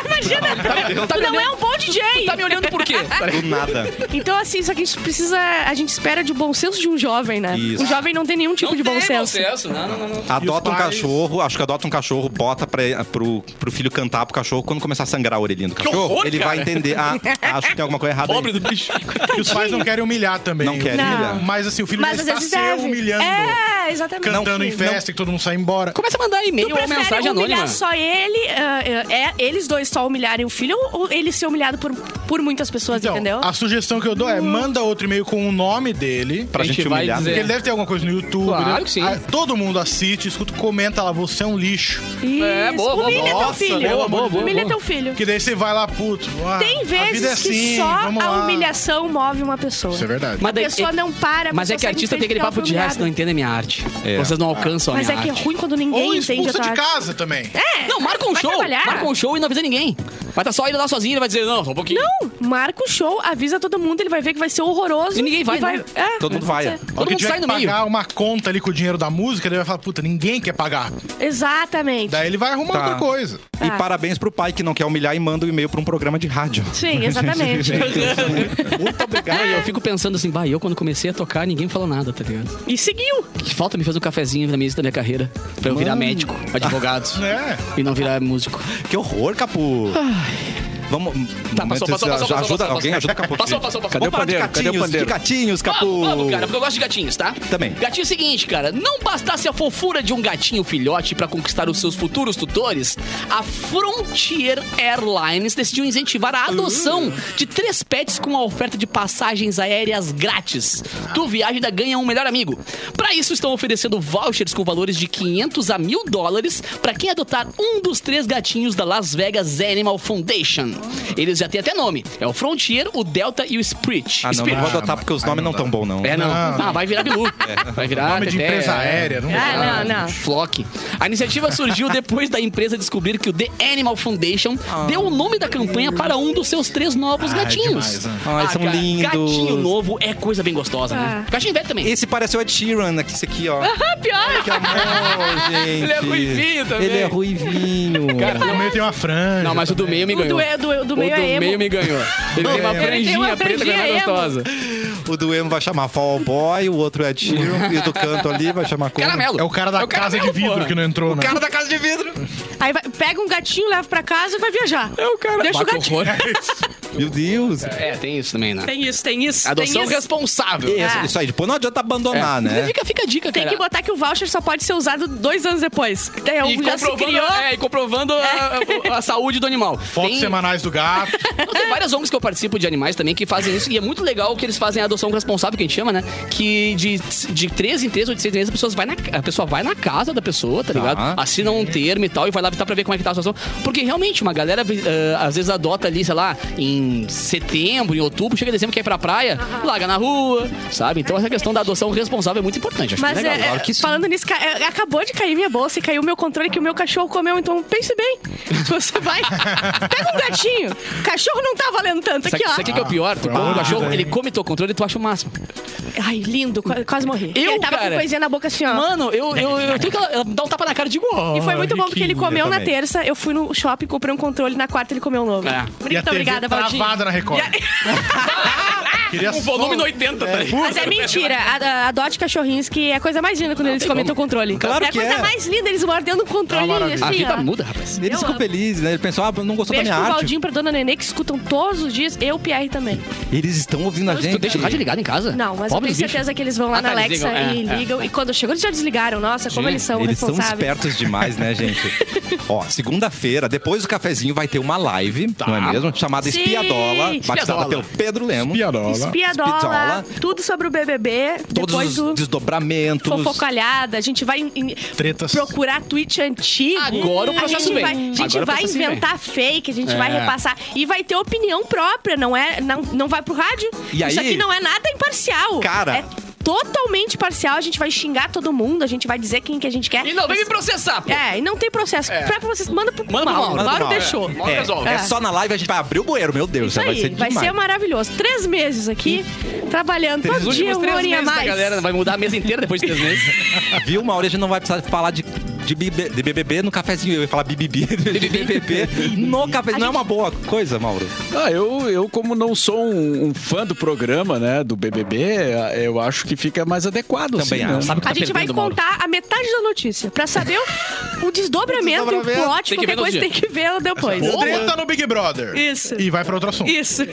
Imagina! Tá, tá tu me não é olhando, um bom DJ! tá me olhando por quê? Do nada. Então, assim, isso aqui a gente precisa. A gente espera de bom senso de um jovem, né? Isso. Um jovem não tem nenhum tipo Não de bom tem senso. Não, não, não. Adota um pais? cachorro, acho que adota um cachorro, bota pra, pro, pro filho cantar pro cachorro. Quando começar a sangrar a orelhinha do cachorro, horror, ele vai cara! entender. Ah, acho que tem alguma coisa errada. aí. Pobre do bicho. E os pais não querem humilhar também. Não querem Não. humilhar. Mas assim, o filho Mas já às está vezes se deve. humilhando. É, exatamente. Cantando em Não- festa e todo mundo sai embora. Começa a mandar e-mail Tu ou prefere mensagem humilhar anônima. só ele, ah, é, eles dois só humilharem o filho ou ou ele ser humilhado por, por muitas pessoas, Então, entendeu? Uhum. a sugestão que eu dou é manda outro e-mail com o nome dele. Pra A gente, gente vai humilhar. dizer- Porque ele deve ter alguma coisa no YouTube. Claro né? que sim. Ah, todo mundo assiste, escuta, comenta lá, você é um lixo. Isso. É, boa, boa, Humilha boa. teu filho. boa, boa, boa, Humilha boa. teu filho. Que daí você vai lá, puto. ah, Tem a vida vezes é assim, que só vamos a lá. humilhação move uma pessoa. Isso é verdade. A pessoa não para, a Mas é pessoa que segue artista em tem aquele frente papo de porque ela ah, vocês não foi entendem a minha arte. É. Vocês não alcançam a humilhada. minha Mas é que é arte. ruim quando ninguém Ou entende a expulsa tua de arte. casa também. Não, marca um É, Vai show. trabalhar. Marca um show e não avisa ninguém. Vai estar só ele lá sozinho, ele vai dizer, não, só um pouquinho. Não, marca o show, avisa todo mundo, ele vai ver que vai ser horroroso. E ninguém vai, né? não. é, Todo mundo vai. é. Todo que mundo tiver sai que no meio. pagar uma conta ali com o dinheiro da música, ele vai falar, puta, ninguém quer pagar. Exatamente. Daí ele vai arrumar Tá. outra coisa. E Ah. parabéns pro pai que não quer humilhar e manda um e-mail pra um programa de rádio. Sim, exatamente. Muito obrigado. Não, e eu fico pensando assim, bah, eu quando comecei a tocar, ninguém me falou nada, tá ligado? e seguiu. Que falta me fez um cafezinho na mesa da minha carreira. Pra eu virar médico, advogado. É. e não virar músico. Que horror, Capu. Vamos. Tá, momentos- passou, passou, já passou, passou, ajuda passou, alguém, passou. ajuda o Capu. Passou, passou, passou. Cadê o pandeiro? Ah, Cadê o De pandeiro? gatinhos, Capu. Vamos, vamos, cara, porque eu gosto de gatinhos, tá? Também. Gatinho é o seguinte, cara, não bastasse a fofura de um gatinho filhote pra conquistar os seus futuros tutores, a Frontier Airlines decidiu incentivar a Hum. adoção de três pets com a oferta de passagens aéreas grátis. Tu viaja e ainda ganha um melhor amigo. Pra isso estão oferecendo vouchers com valores de 500 a 1000 dólares pra quem adotar um dos três gatinhos da Las Vegas Animal Foundation. Eles já têm até nome. É o Frontier, o Delta e o Spirit. Ah, não, Spirit. não vou adotar porque os Ah, nomes não não dá. tão bons, não. É, não. Ah, vai virar Bilu. Vai virar. Nome de Teté, empresa é. aérea, não dá. Ah, não, não. Flock. A iniciativa surgiu depois da empresa descobrir que o The Animal Foundation Ah. deu o nome da campanha para um dos seus três novos Ah, é gatinhos. demais, né? Ah, Ai, são ga- lindos. Gatinho novo é coisa bem gostosa, né? Gatinho velho também. Esse parece o Ed Sheeran, aqui, esse aqui, ó. Ah, pior. Que amor, gente. Ele é ruivinho também. Ele é ruivinho. Cara, No meio tem uma franja. não, mas o do meio me O ganhou. do, é- do, do meio o do é emo. meio me ganhou. Ele tem uma Ele tem uma franjinha preta que é mais franjinha emo. gostosa. O do Emo vai chamar Fall Boy, o outro é Ed Sheeran, e o do canto ali vai chamar como? Caramelo. É o cara da casa de vidro que não entrou, né? da casa de vidro. Aí vai- pega um gatinho, leva pra casa e vai viajar. É o cara. Deixa o um gatinho. Meu Deus. É, tem isso também, né? Tem isso, tem isso. Adoção tem isso. responsável. É. Isso, Ah. isso aí, depois não adianta abandonar, Ah, né? Fica, fica a dica, Tem cara. que botar que o voucher só pode ser usado dois anos depois. É, e um já se comprovando, criou. é, e comprovando a, a- a saúde do animal. Fotos tem, semanais do gato. tem várias ONGs que eu participo de animais também que fazem isso. E é muito legal que eles fazem a adoção responsável, que a gente chama, né? Que de, de três em três ou de seis em seis, a pessoa vai na, a pessoa vai na casa da pessoa, tá, ligado? Assina um termo e tal, e vai lá visitar pra ver como é que tá a situação. Porque realmente, uma galera eh, às vezes adota ali, sei lá, em setembro, em outubro, chega em dezembro, quer ir pra praia, larga na rua, sabe? Então essa questão da adoção responsável é muito importante. Acho Mas legal. é, é, falando nisso, ca- é, acabou de cair minha bolsa e caiu meu controle que o meu cachorro comeu. Então pense bem. Se você vai, pega um gatinho. Cachorro não tá valendo tanto Isso aqui, aqui, ó. isso aqui que é o pior, tu come o cachorro, ele come teu controle e tu acha o máximo. Ai, lindo, qua- quase morri. Eu, ele tava cara. com coisinha na boca assim, ó. Mano, eu, eu, eu tenho que ela- ela dá um tapa na cara e digo, ó. E foi muito bom porque ele riquinho, comeu eu na também. terça, eu fui no shopping, comprei um controle, na quarta ele comeu um novo. É. Muito e a TV obrigada, Valdir. travada na Record. Queria um volume no só- 80, tá ligado? Mas é mentira, a- a- adote cachorrinhos, que é a coisa mais linda quando eles comem como. teu controle. Claro é a que coisa é. mais linda, eles mordendo um controle maravilha. assim, A vida ó. muda, rapaz. Eles Eu ficam amo. felizes, né? Ele pensou, ah, não gostou Beijo da minha pro arte. Valdinho, pra Dona Nenê, que escutam todos os dias, eu, Pierre também. Eles estão ouvindo a gente. Tu deixa o rádio ligado em casa? Não, mas Pobre eu tenho certeza que eles vão lá Ah, na tá, eles Alexa ligam, e é, é. ligam. E quando chegou, eles já desligaram. Nossa, como eles são Eles são responsáveis. espertos demais, né, gente? Ó, segunda-feira, depois do cafezinho, vai ter uma live, não é mesmo? Chamada Tá. Sim. Espiadola, batizada Espiadola. pelo Pedro Lemos. um Piadola. Espiadola, Espiadola. tudo sobre o BBB, Todos depois os do desdobramentos. fofocalhada, a gente vai em- em- Tretas. procurar tweet antigo. Agora o a processo gente vem. vai, a gente Agora o vai processo vem. inventar fake, a gente vai É. repassar. E vai ter opinião própria, não é? Não, não vai pro rádio. E aí- Isso aqui não é nada imparcial. Cara, É totalmente parcial, a gente vai xingar todo mundo, a gente vai dizer quem que a gente quer. E não vem me processar, pô. É, e não tem processo. É. Pra vocês, manda pro Manda pro Mauro. Mauro, manda pro Mauro Mauro, deixou. Mauro resolve. É. É. só na live a gente vai abrir o bueiro, meu Deus. Isso vai aí, ser vai demais. ser maravilhoso. Três meses aqui, trabalhando Três todo dia, últimos uma três horinha a meses da mais. galera. Vai mudar a mesa inteira depois de três meses. Viu, Mauro? A gente não vai precisar falar de, de, bibe- de BBB no cafezinho. Eu ia falar bibibi. De BBB no cafezinho. Não é uma boa coisa, Mauro? Ah, eu, eu, como não sou um, um fã do programa, né, do BBB, eu acho que fica mais adequado. Também assim, acho. né? Sabe o que A tá gente vai perdendo, Mauro? contar a metade da notícia pra saber o, o desdobramento, o plot, Tem que ver qualquer no coisa dia. tem que ver depois. O treta no Big Brother. Isso. E vai pra outro assunto. Isso.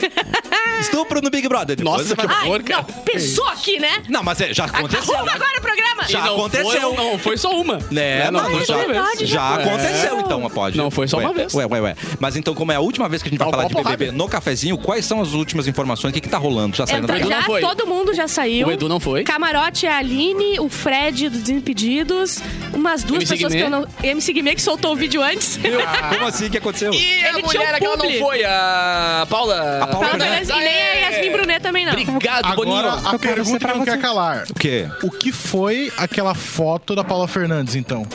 Ah. Estupro no Big Brother. Depois Nossa, vai- que- Ai, horror, cara. não, pensou aqui, né? Não, mas é, já aconteceu. Arruma agora o programa. Já E não aconteceu. Foi, não foi só uma. Né, É, não, mas foi só uma já, vez. verdade, já já aconteceu, aconteceu. então, pode. né, É. Não, foi só ué, uma vez. Ué, ué, ué. Mas então, como é a última vez que a gente vai Dá um falar de copo BBB no cafezinho, quais são as últimas informações? O que, que tá rolando? Já saiu Entra, Edu não já, foi. todo mundo já saiu. O Edu não foi. Camarote é a Aline, o Fred dos Desimpedidos, umas duas MC pessoas que eu Guimê. não. MC Guimê que soltou o vídeo antes. Como assim? O que aconteceu? E a Ele tinha mulher um que ela não publi. foi, é. a Paula. A Paula Fala, Brunet. Vanessa, E nem a Yasmin Brunet também não. Obrigado, Agora, Boninho. a pergunta que não quer calar. O quê? O que foi aquela foto da Paula Fernandes, então?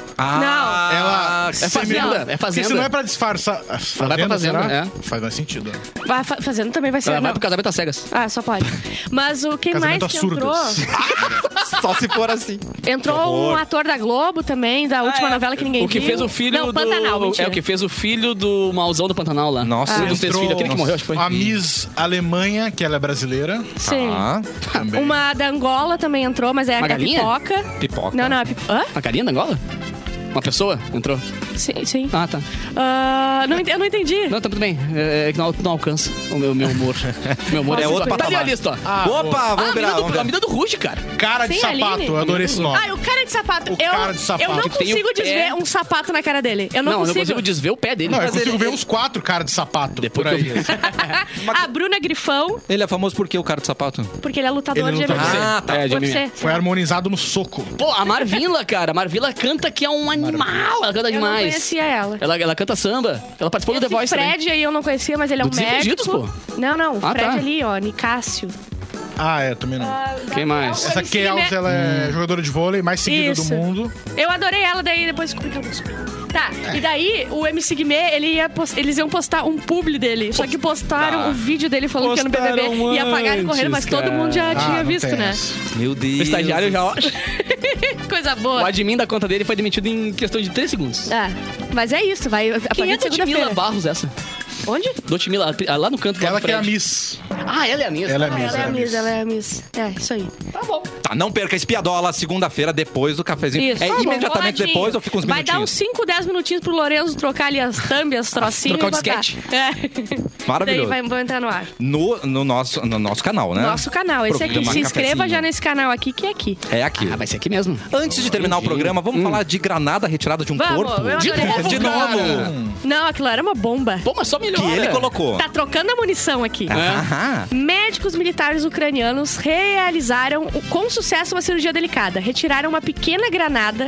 Ah, Ela- É fazenda, é Porque se fazenda. não é pra disfarçar... vai pra Fazenda, fazenda, será? é. Faz mais sentido. né? Vai fa- fazendo também vai ser. Ela vai não. pro casamento às cegas. Ah, só pode. Mas o quem mais Casamento que às entrou? surdas. Só se for assim. Entrou um horror. ator da Globo também, da última novela que ninguém O que viu. fez o filho Não, do... Pantanal, mentira. é o que fez o filho do mauzão do Pantanal lá. Nossa, Ah. um dos três Entrou filhos, né, aquele que morreu, acho que foi. A Miss Alemanha, que ela é brasileira. Sim. Ah, Também. Uma da Angola também entrou, mas é Uma a galinha? pipoca. pipoca. Não, não, é pipoca. Hã? Uma carinha da Angola? Uma pessoa entrou? Sim, sim. Ah, tá. Ah, não ent- eu não entendi. Não, tá tudo bem. É, é que não, não alcança o meu, meu humor. meu humor É assim, outro ó. Tá ali a patamar. lista, ó. Opa, Ah, vamos virar. a mina Vamos do, a virar. mina do Ruge, cara. Cara tá de Sim, sapato, Aline. eu adorei esse nome. Ah, o cara de sapato. O eu, cara de sapato. Eu não Que tem o consigo pé. desver um sapato na cara dele. Eu não, Não, eu não consigo. consigo desver o pé dele. Não, eu Mas consigo ele- ver uns quatro caras de sapato Depois por aí. que eu vi. A Bruna Grifão, Ele é famoso por quê, o cara do sapato? porque ele é lutador Ele de luta MMA. Ah, tá. É, de Pode mim. ser. Foi harmonizado no soco. Pô, a Marvila, cara. A Marvila canta que é um animal. Ela canta Eu não demais. conhecia ela. Ela, ela canta samba. Ela participou do The Esse Voice Fred é também. aí eu não conhecia, mas ele é Do um médico. Desimpedidos, Não, não. Ah, Fred tá. ali, ó. Nicásio. Ah, é, também não. Quem mais? Essa Kels, ela Hum. é jogadora de vôlei mais seguida Isso. do mundo. Eu adorei ela, daí depois descobri que ela descobriu. Tá, e daí o MC Guimê, ele ia pos- eles iam postar um publi dele. Só que postaram o vídeo dele falando que era no Postaram BBB e apagaram correndo, mas antes, todo mundo já Ah, tinha não visto, tem né? essa. Meu Deus. O estagiário já, ó. Coisa O boa. admin da conta dele foi demitido em questão de 3 segundos. Ah, mas é isso, vai. A Quem é partir de Dotimila segunda-feira. Barros essa? Onde? Dotimila, a- lá no canto. lá Ela do que é a prédio. Miss. Ah, ela é a minha. Ela é Ah, Miss. ela é a Miss, ela é a Miss. É, isso aí. Tá bom. Tá, não perca espiadola segunda-feira depois do cafezinho. Isso. É Tá bom, imediatamente coladinho. depois, eu fico uns Vai dar um uns minutinhos. 5, 10 minutinhos pro Lourenço trocar ali as thumb, as trocinhas. Trocar o e botar. disquete. É. Maravilhoso. Daí vai, vai entrar no ar. No, no, nosso, no nosso canal, né? Nosso canal, esse aqui. Programa Se inscreva Cafezinho. já nesse canal aqui, que é aqui. É aqui. Ah, vai ser aqui mesmo. Antes de terminar o programa, vamos falar de granada retirada de um Vamos, corpo? eu de adorei. novo, de Cara. novo. Não, aquilo era uma bomba. Pô, mas só melhor. Que ele colocou. Tá trocando a munição aqui. Aham. Médicos militares ucranianos realizaram o- com sucesso uma cirurgia delicada. Retiraram uma pequena granada.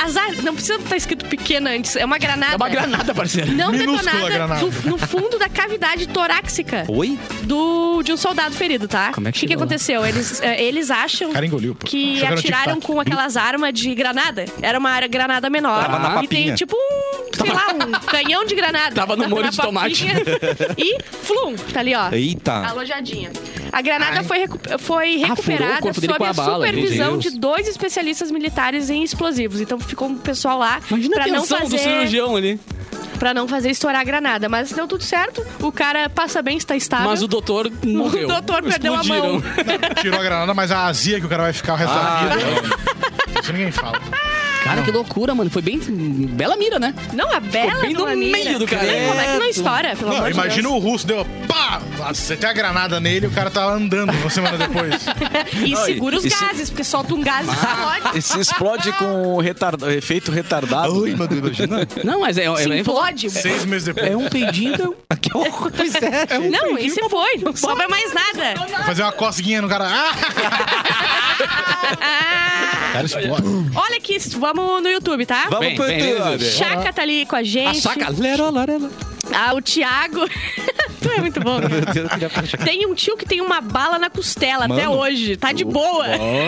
Azar, não precisa estar escrito pequena antes, é uma granada. É uma granada, parceiro. Não Minúscula detonada granada. do- no fundo da cavidade torácica Oi? do, de um soldado ferido, tá? Como é que o que, que chegou lá? aconteceu? Eles, eh, eles acham O cara engoliu, pô. que Jogaram atiraram tic-tac. com aquelas armas de granada. Era uma área- granada menor. Tava na e tem papinha. tipo um, sei lá, um canhão de granada. Tava no Na molho de papinha. E flum, tá ali, ó. Eita. Alojadinha. A granada foi, recu- foi Ah, furou recuperada o corpo dele sob com a, a bala, supervisão meu de Deus. dois especialistas militares em explosivos. Então ficou um pessoal lá Imagina a pra não, tensão do fazer, cirurgião ali. pra não fazer estourar a granada. Mas deu tudo certo. O cara passa bem, está estável. Mas o doutor morreu. Ah, O doutor perdeu a Explodiram. mão. Tirou a granada, mas é a azia que o cara vai ficar o resto Ah, da vida. Isso ninguém fala. Cara, que loucura, mano. Foi bem... Bela mira, né? Não, a bela bem de no uma mina. meio do cara. Como é que não estoura, pelo Não, amor de Deus? imagina o russo, deu pá! Você tem a granada nele e o cara tá andando uma semana depois. E segura os Esse- gases, porque solta um gás e explode. E se explode com retarda- efeito retardado. né? meu Deus, imagina. Não, mas é... é- Se é- implode. Seis meses depois. é um peidinho... que horror. Pois é. Não, esse foi. Não sobra mais nada. Fazer uma cosguinha no cara. Ah! O cara explode. Olha aqui, vamos no YouTube, tá? Vamos Bem, pro bem, YouTube. beleza. Chaca tá ali com a gente. Saca. Lero, lero, lero. Ah, o Thiago. Tu é muito bom. cara. Tem um tio que tem uma bala na costela até Mano. hoje. Tá de boa.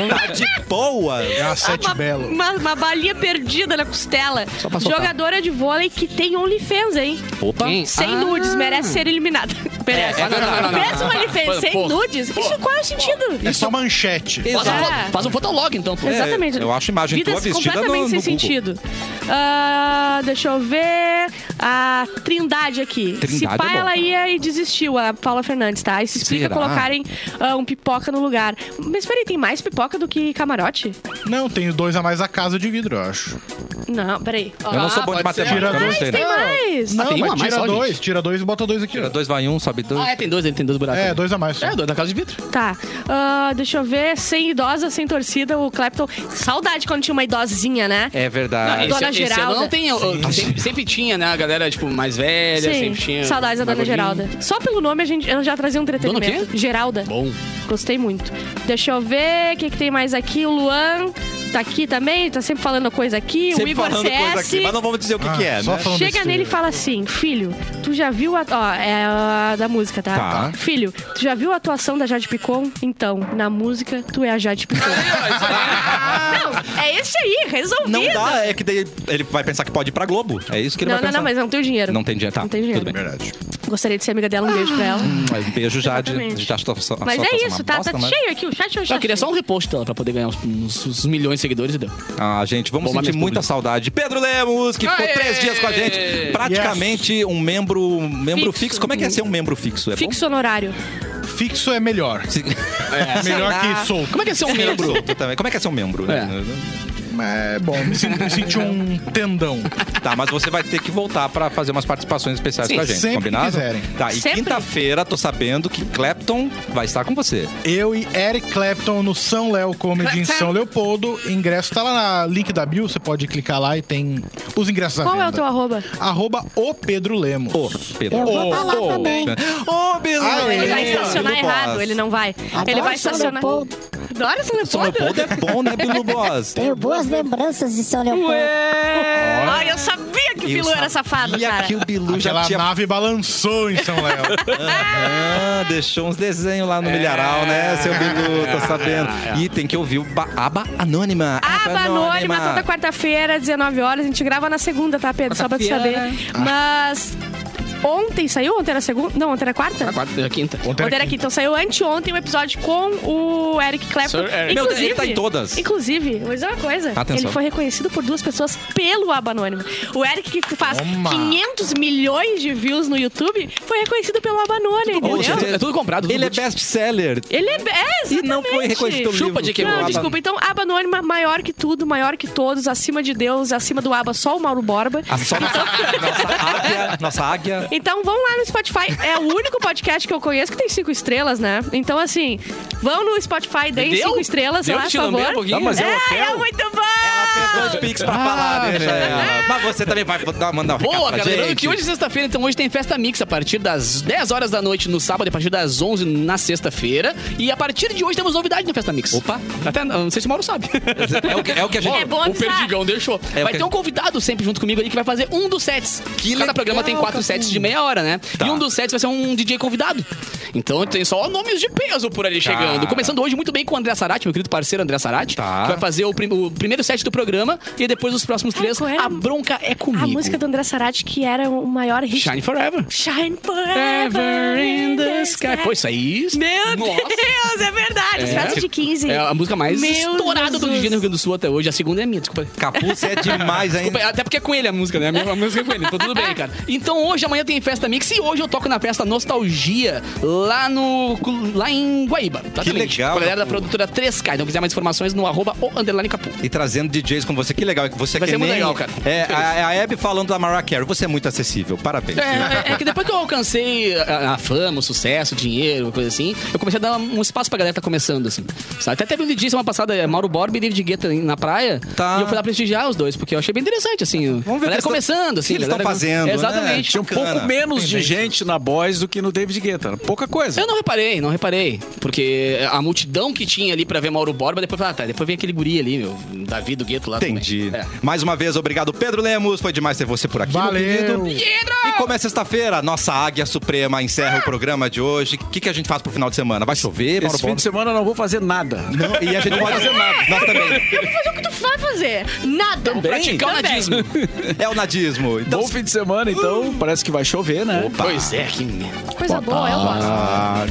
Tá de boa. É a Ah, Sete uma, Belo. Uma, uma balinha perdida na costela. pra soltar. Jogadora de vôlei que tem OnlyFans, hein? Opa. Quem? Sem Ah. nudes, merece ser eliminada. Merece. é, não, não, não, não, não. Merece um OnlyFans sem Porra. nudes? Isso qual é o sentido? É só manchete. Faz, um, Exato. fo- faz um fotolog, então, pô. É. Exatamente. eu acho a imagem Vidas tua vestida completamente no- sem no Google. sentido. Ah, deixa eu ver. A Trindade aqui. Trindade Se é pá, bom. ela ia e desistiu, a Paula Fernandes, tá? Isso explica Será? colocarem ah, um pipoca no lugar. Mas peraí, tem mais pipoca do que camarote? Não, tem dois a mais a casa de vidro, eu acho. Não, peraí. Ó. Eu não sou bom de pode ser. matemática, eu não sei. Ah, Tem né? mais! Não, tem um a mas mais só, tira dois, gente? tira dois e bota dois aqui. ó. Tira dois, vai um, sobe dois. Ah, é, tem dois, ele tem dois buracos. É, dois a mais. só. É, dois na casa de vidro. Tá. Ah, deixa eu ver. Sem idosa, sem torcida, o Clapton. Saudade quando tinha uma idosinha, né? É Não, verdade. esse, Dona esse Geralda. ano não tem. eu- eu- sempre, sempre tinha, né? A galera, tipo, mais velha, é sempre tinha. Saudades da uma Dona gordinha. Geralda. Só pelo nome a gente, ela já trazia um entretenimento. Dona o quê? Geralda. Bom. Gostei muito. Deixa eu ver o que, que tem mais aqui. O Luan tá aqui também, tá sempre falando coisa aqui. o Sempre Igor falando coisa CS. aqui, mas não vamos dizer o que, Ah, que é, só né? falando Chega besteira. nele e fala assim, filho, tu já viu a. Ó, é a da música, tá? Tá. Filho, tu já viu a atuação da Jade Picon? Então, na música, tu é a Jade Picon. não, é esse aí, resolvido. Não dá, é que daí ele vai pensar que pode ir pra Globo. É isso que ele Não, vai não, pensar. não, mas eu não tenho dinheiro. Não tem dinheiro, tá. Não tem dinheiro. Tudo bem. Verdade. Gostaria de ser amiga dela, um beijo pra ela. Mas um beijo já de, Exatamente. de achação- Mas achação- é isso, uma tá, bosta, tá né? cheio aqui, o chat é um chat. Eu queria só um repost dela pra poder ganhar uns, uns- uns milhões de seguidores e deu. Ah, gente, vamos Bomba sentir minha muita público. saudade. Pedro Lemos, que ficou Aê! três dias com a gente. Praticamente um membro, membro fixo. Fixo. Como é que é ser um membro fixo? É bom? Fixo honorário. Fixo é melhor. Se- Melhor Será? que solto. Como é que é ser um membro? Solto também. Como é que é ser um membro? né? É bom, me senti, me senti um tendão. Tá, mas você vai ter que voltar pra fazer umas participações especiais Sim, com a gente, sempre que combinado? quiserem. Tá, e Sempre. quinta-feira tô sabendo que Clapton vai estar com você. Eu e Eric Clapton no São Léo Comedy em São Leopoldo. Ingresso tá lá na link da bio, você pode clicar lá e tem os ingressos à Qual venda. é o teu arroba? Arroba o Pedro Lemos. Ô, Pedro. Ô, oh, Pedro. Ah, Ele É. vai estacionar Bilu errado, Boas. ele não vai. Ele vai São estacionar. Leopoldo. Adora São São Leopoldo Leopoldo? é bom, né, Bilu Boas? Tenho boas lembranças de São Leopoldo. Ai, eu sabia que o Bilu era safado, E cara. aqui o Bilu já Aquela tinha nave balançou em São Léo. Ah, deixou uns desenhos lá no milharal, né, seu Bilu? Tô sabendo. E tem que ouvir o ba- Aba Anônima. Aba é Anônima, toda quarta-feira, 19 horas. A gente grava na segunda, tá, Pedro? Só pra tu saber. Mas. Ontem saiu? Ontem era segunda? Não, ontem era quarta? Na quarta, na Tá quinta. Ontem Ontem era aqui, então saiu anteontem o episódio com o Eric Clapton. Sir Eric. Meu Deus, Inclusive, ele tá em todas. Inclusive, mas é uma coisa. Atenção. Ele foi reconhecido por duas pessoas pelo Aba Anônima. O Eric, que faz Toma. 500 milhões de views no YouTube, foi reconhecido pelo Aba Anônima, Ou entendeu? seja, é tudo comprado. tudo Ele é Gucci. best-seller. Ele é, é exatamente. E não foi reconhecido pelo Chupa, livro. J.K. Não, Não, Aba- desculpa. Então, aba anônima, maior que tudo, maior que todos, acima de Deus, acima do aba, só o Mauro Borba. A só nossa, nossa águia, nossa águia. Então vão lá no Spotify. É o único podcast que eu conheço que tem cinco estrelas, né? Então, assim, vão no Spotify, deem Deu? cinco estrelas Deu lá, de por te lamber um favor. pouquinho? Não, mas eu- Ai, é hotel? muito bom! Ah. Dois piques pra falar, né, Janela? Mas você também vai botar- mandar um recado Boa, pra cara. Lembrando gente. que hoje é sexta-feira, então hoje tem festa mix a partir das 10 horas da noite no sábado e a partir das 11 na sexta-feira. E a partir de hoje temos novidade na festa mix. Opa. tá Até, não sei se o Mauro sabe. É o que, é o que a gente... É bom o avisar. Perdigão deixou. É, vai o que- ter um convidado sempre junto comigo ali que vai fazer um dos sets. Que Cada legal, programa tem quatro Capu. sets de meia hora, né? Tá. E um dos sets vai ser um DJ convidado. Então tem só nomes de peso por ali Cara. chegando. Começando hoje muito bem com o André Sarati, meu querido parceiro André Sarati, Tá. que vai fazer o, prim- o primeiro set do programa e depois os próximos Ai, três. Ah, qual era a bronca é comigo. A música do André Sarati, que era o maior hit. Shine Forever. Shine Ever forever in the sky. Pô, isso aí. Meu Nossa. Deus, é verdade. Os É. casos de 15. É a música mais Meu estourada do Jesus. DJ no Rio Grande do Sul até hoje. A segunda é minha, desculpa. Capuz é demais Desculpa, ainda. até porque é com ele a música, né? A minha- a música é com ele, então tudo bem, cara. Então hoje, amanhã tem festa mix e hoje eu toco na festa Nostalgia, lá no. lá em Guaíba. exatamente. legal, Com a galera da Capu. produtora 3K. Então, quiser mais informações no arroba o underline capu. E trazendo DJs como você. Que legal. Você é Vai que ser nem... muito legal, cara. É, a, a Abby falando da Mariah Carey. Você é muito acessível. Parabéns. É, é- é que depois que eu alcancei a, a fama, o sucesso, o dinheiro, coisa assim, eu comecei a dar um espaço pra galera que tá começando, assim. Sabe? Até teve um DJ semana passada, é, Mauro Borba e David Guetta na praia. Tá. E eu fui lá prestigiar os dois, porque eu achei bem interessante, assim. Vamos ver o que galera eles tão- começando, o que assim. eles galera- tão fazendo, né? Exatamente. Tinha um Pouco menos de gente na Boys do que no David Guetta. Pouca coisa. Eu não reparei, não reparei. Porque a multidão que tinha ali pra ver Mauro Borba, depois falava, ah, tá, depois vem aquele guri ali, meu, Davi do Gueto lá Entendi. também. É. Mais uma vez, obrigado, Pedro Lemos. Foi demais ter você por aqui. meu Valeu. querido. E como é sexta-feira, nossa águia suprema encerra o programa de hoje. O que, que a gente faz pro final de semana? Vai chover, Mauro Esse fim Borba? de semana eu não vou fazer nada. Não, E a gente pode fazer nada. Nós também. Vai fazer o que tu vai fazer. Nada. Praticar o Também. nadismo. É o nadismo. Então, Bom fim de semana, então. Parece que vai chover, né? Pois é, que merda. Coisa boa, eu gosto. ah,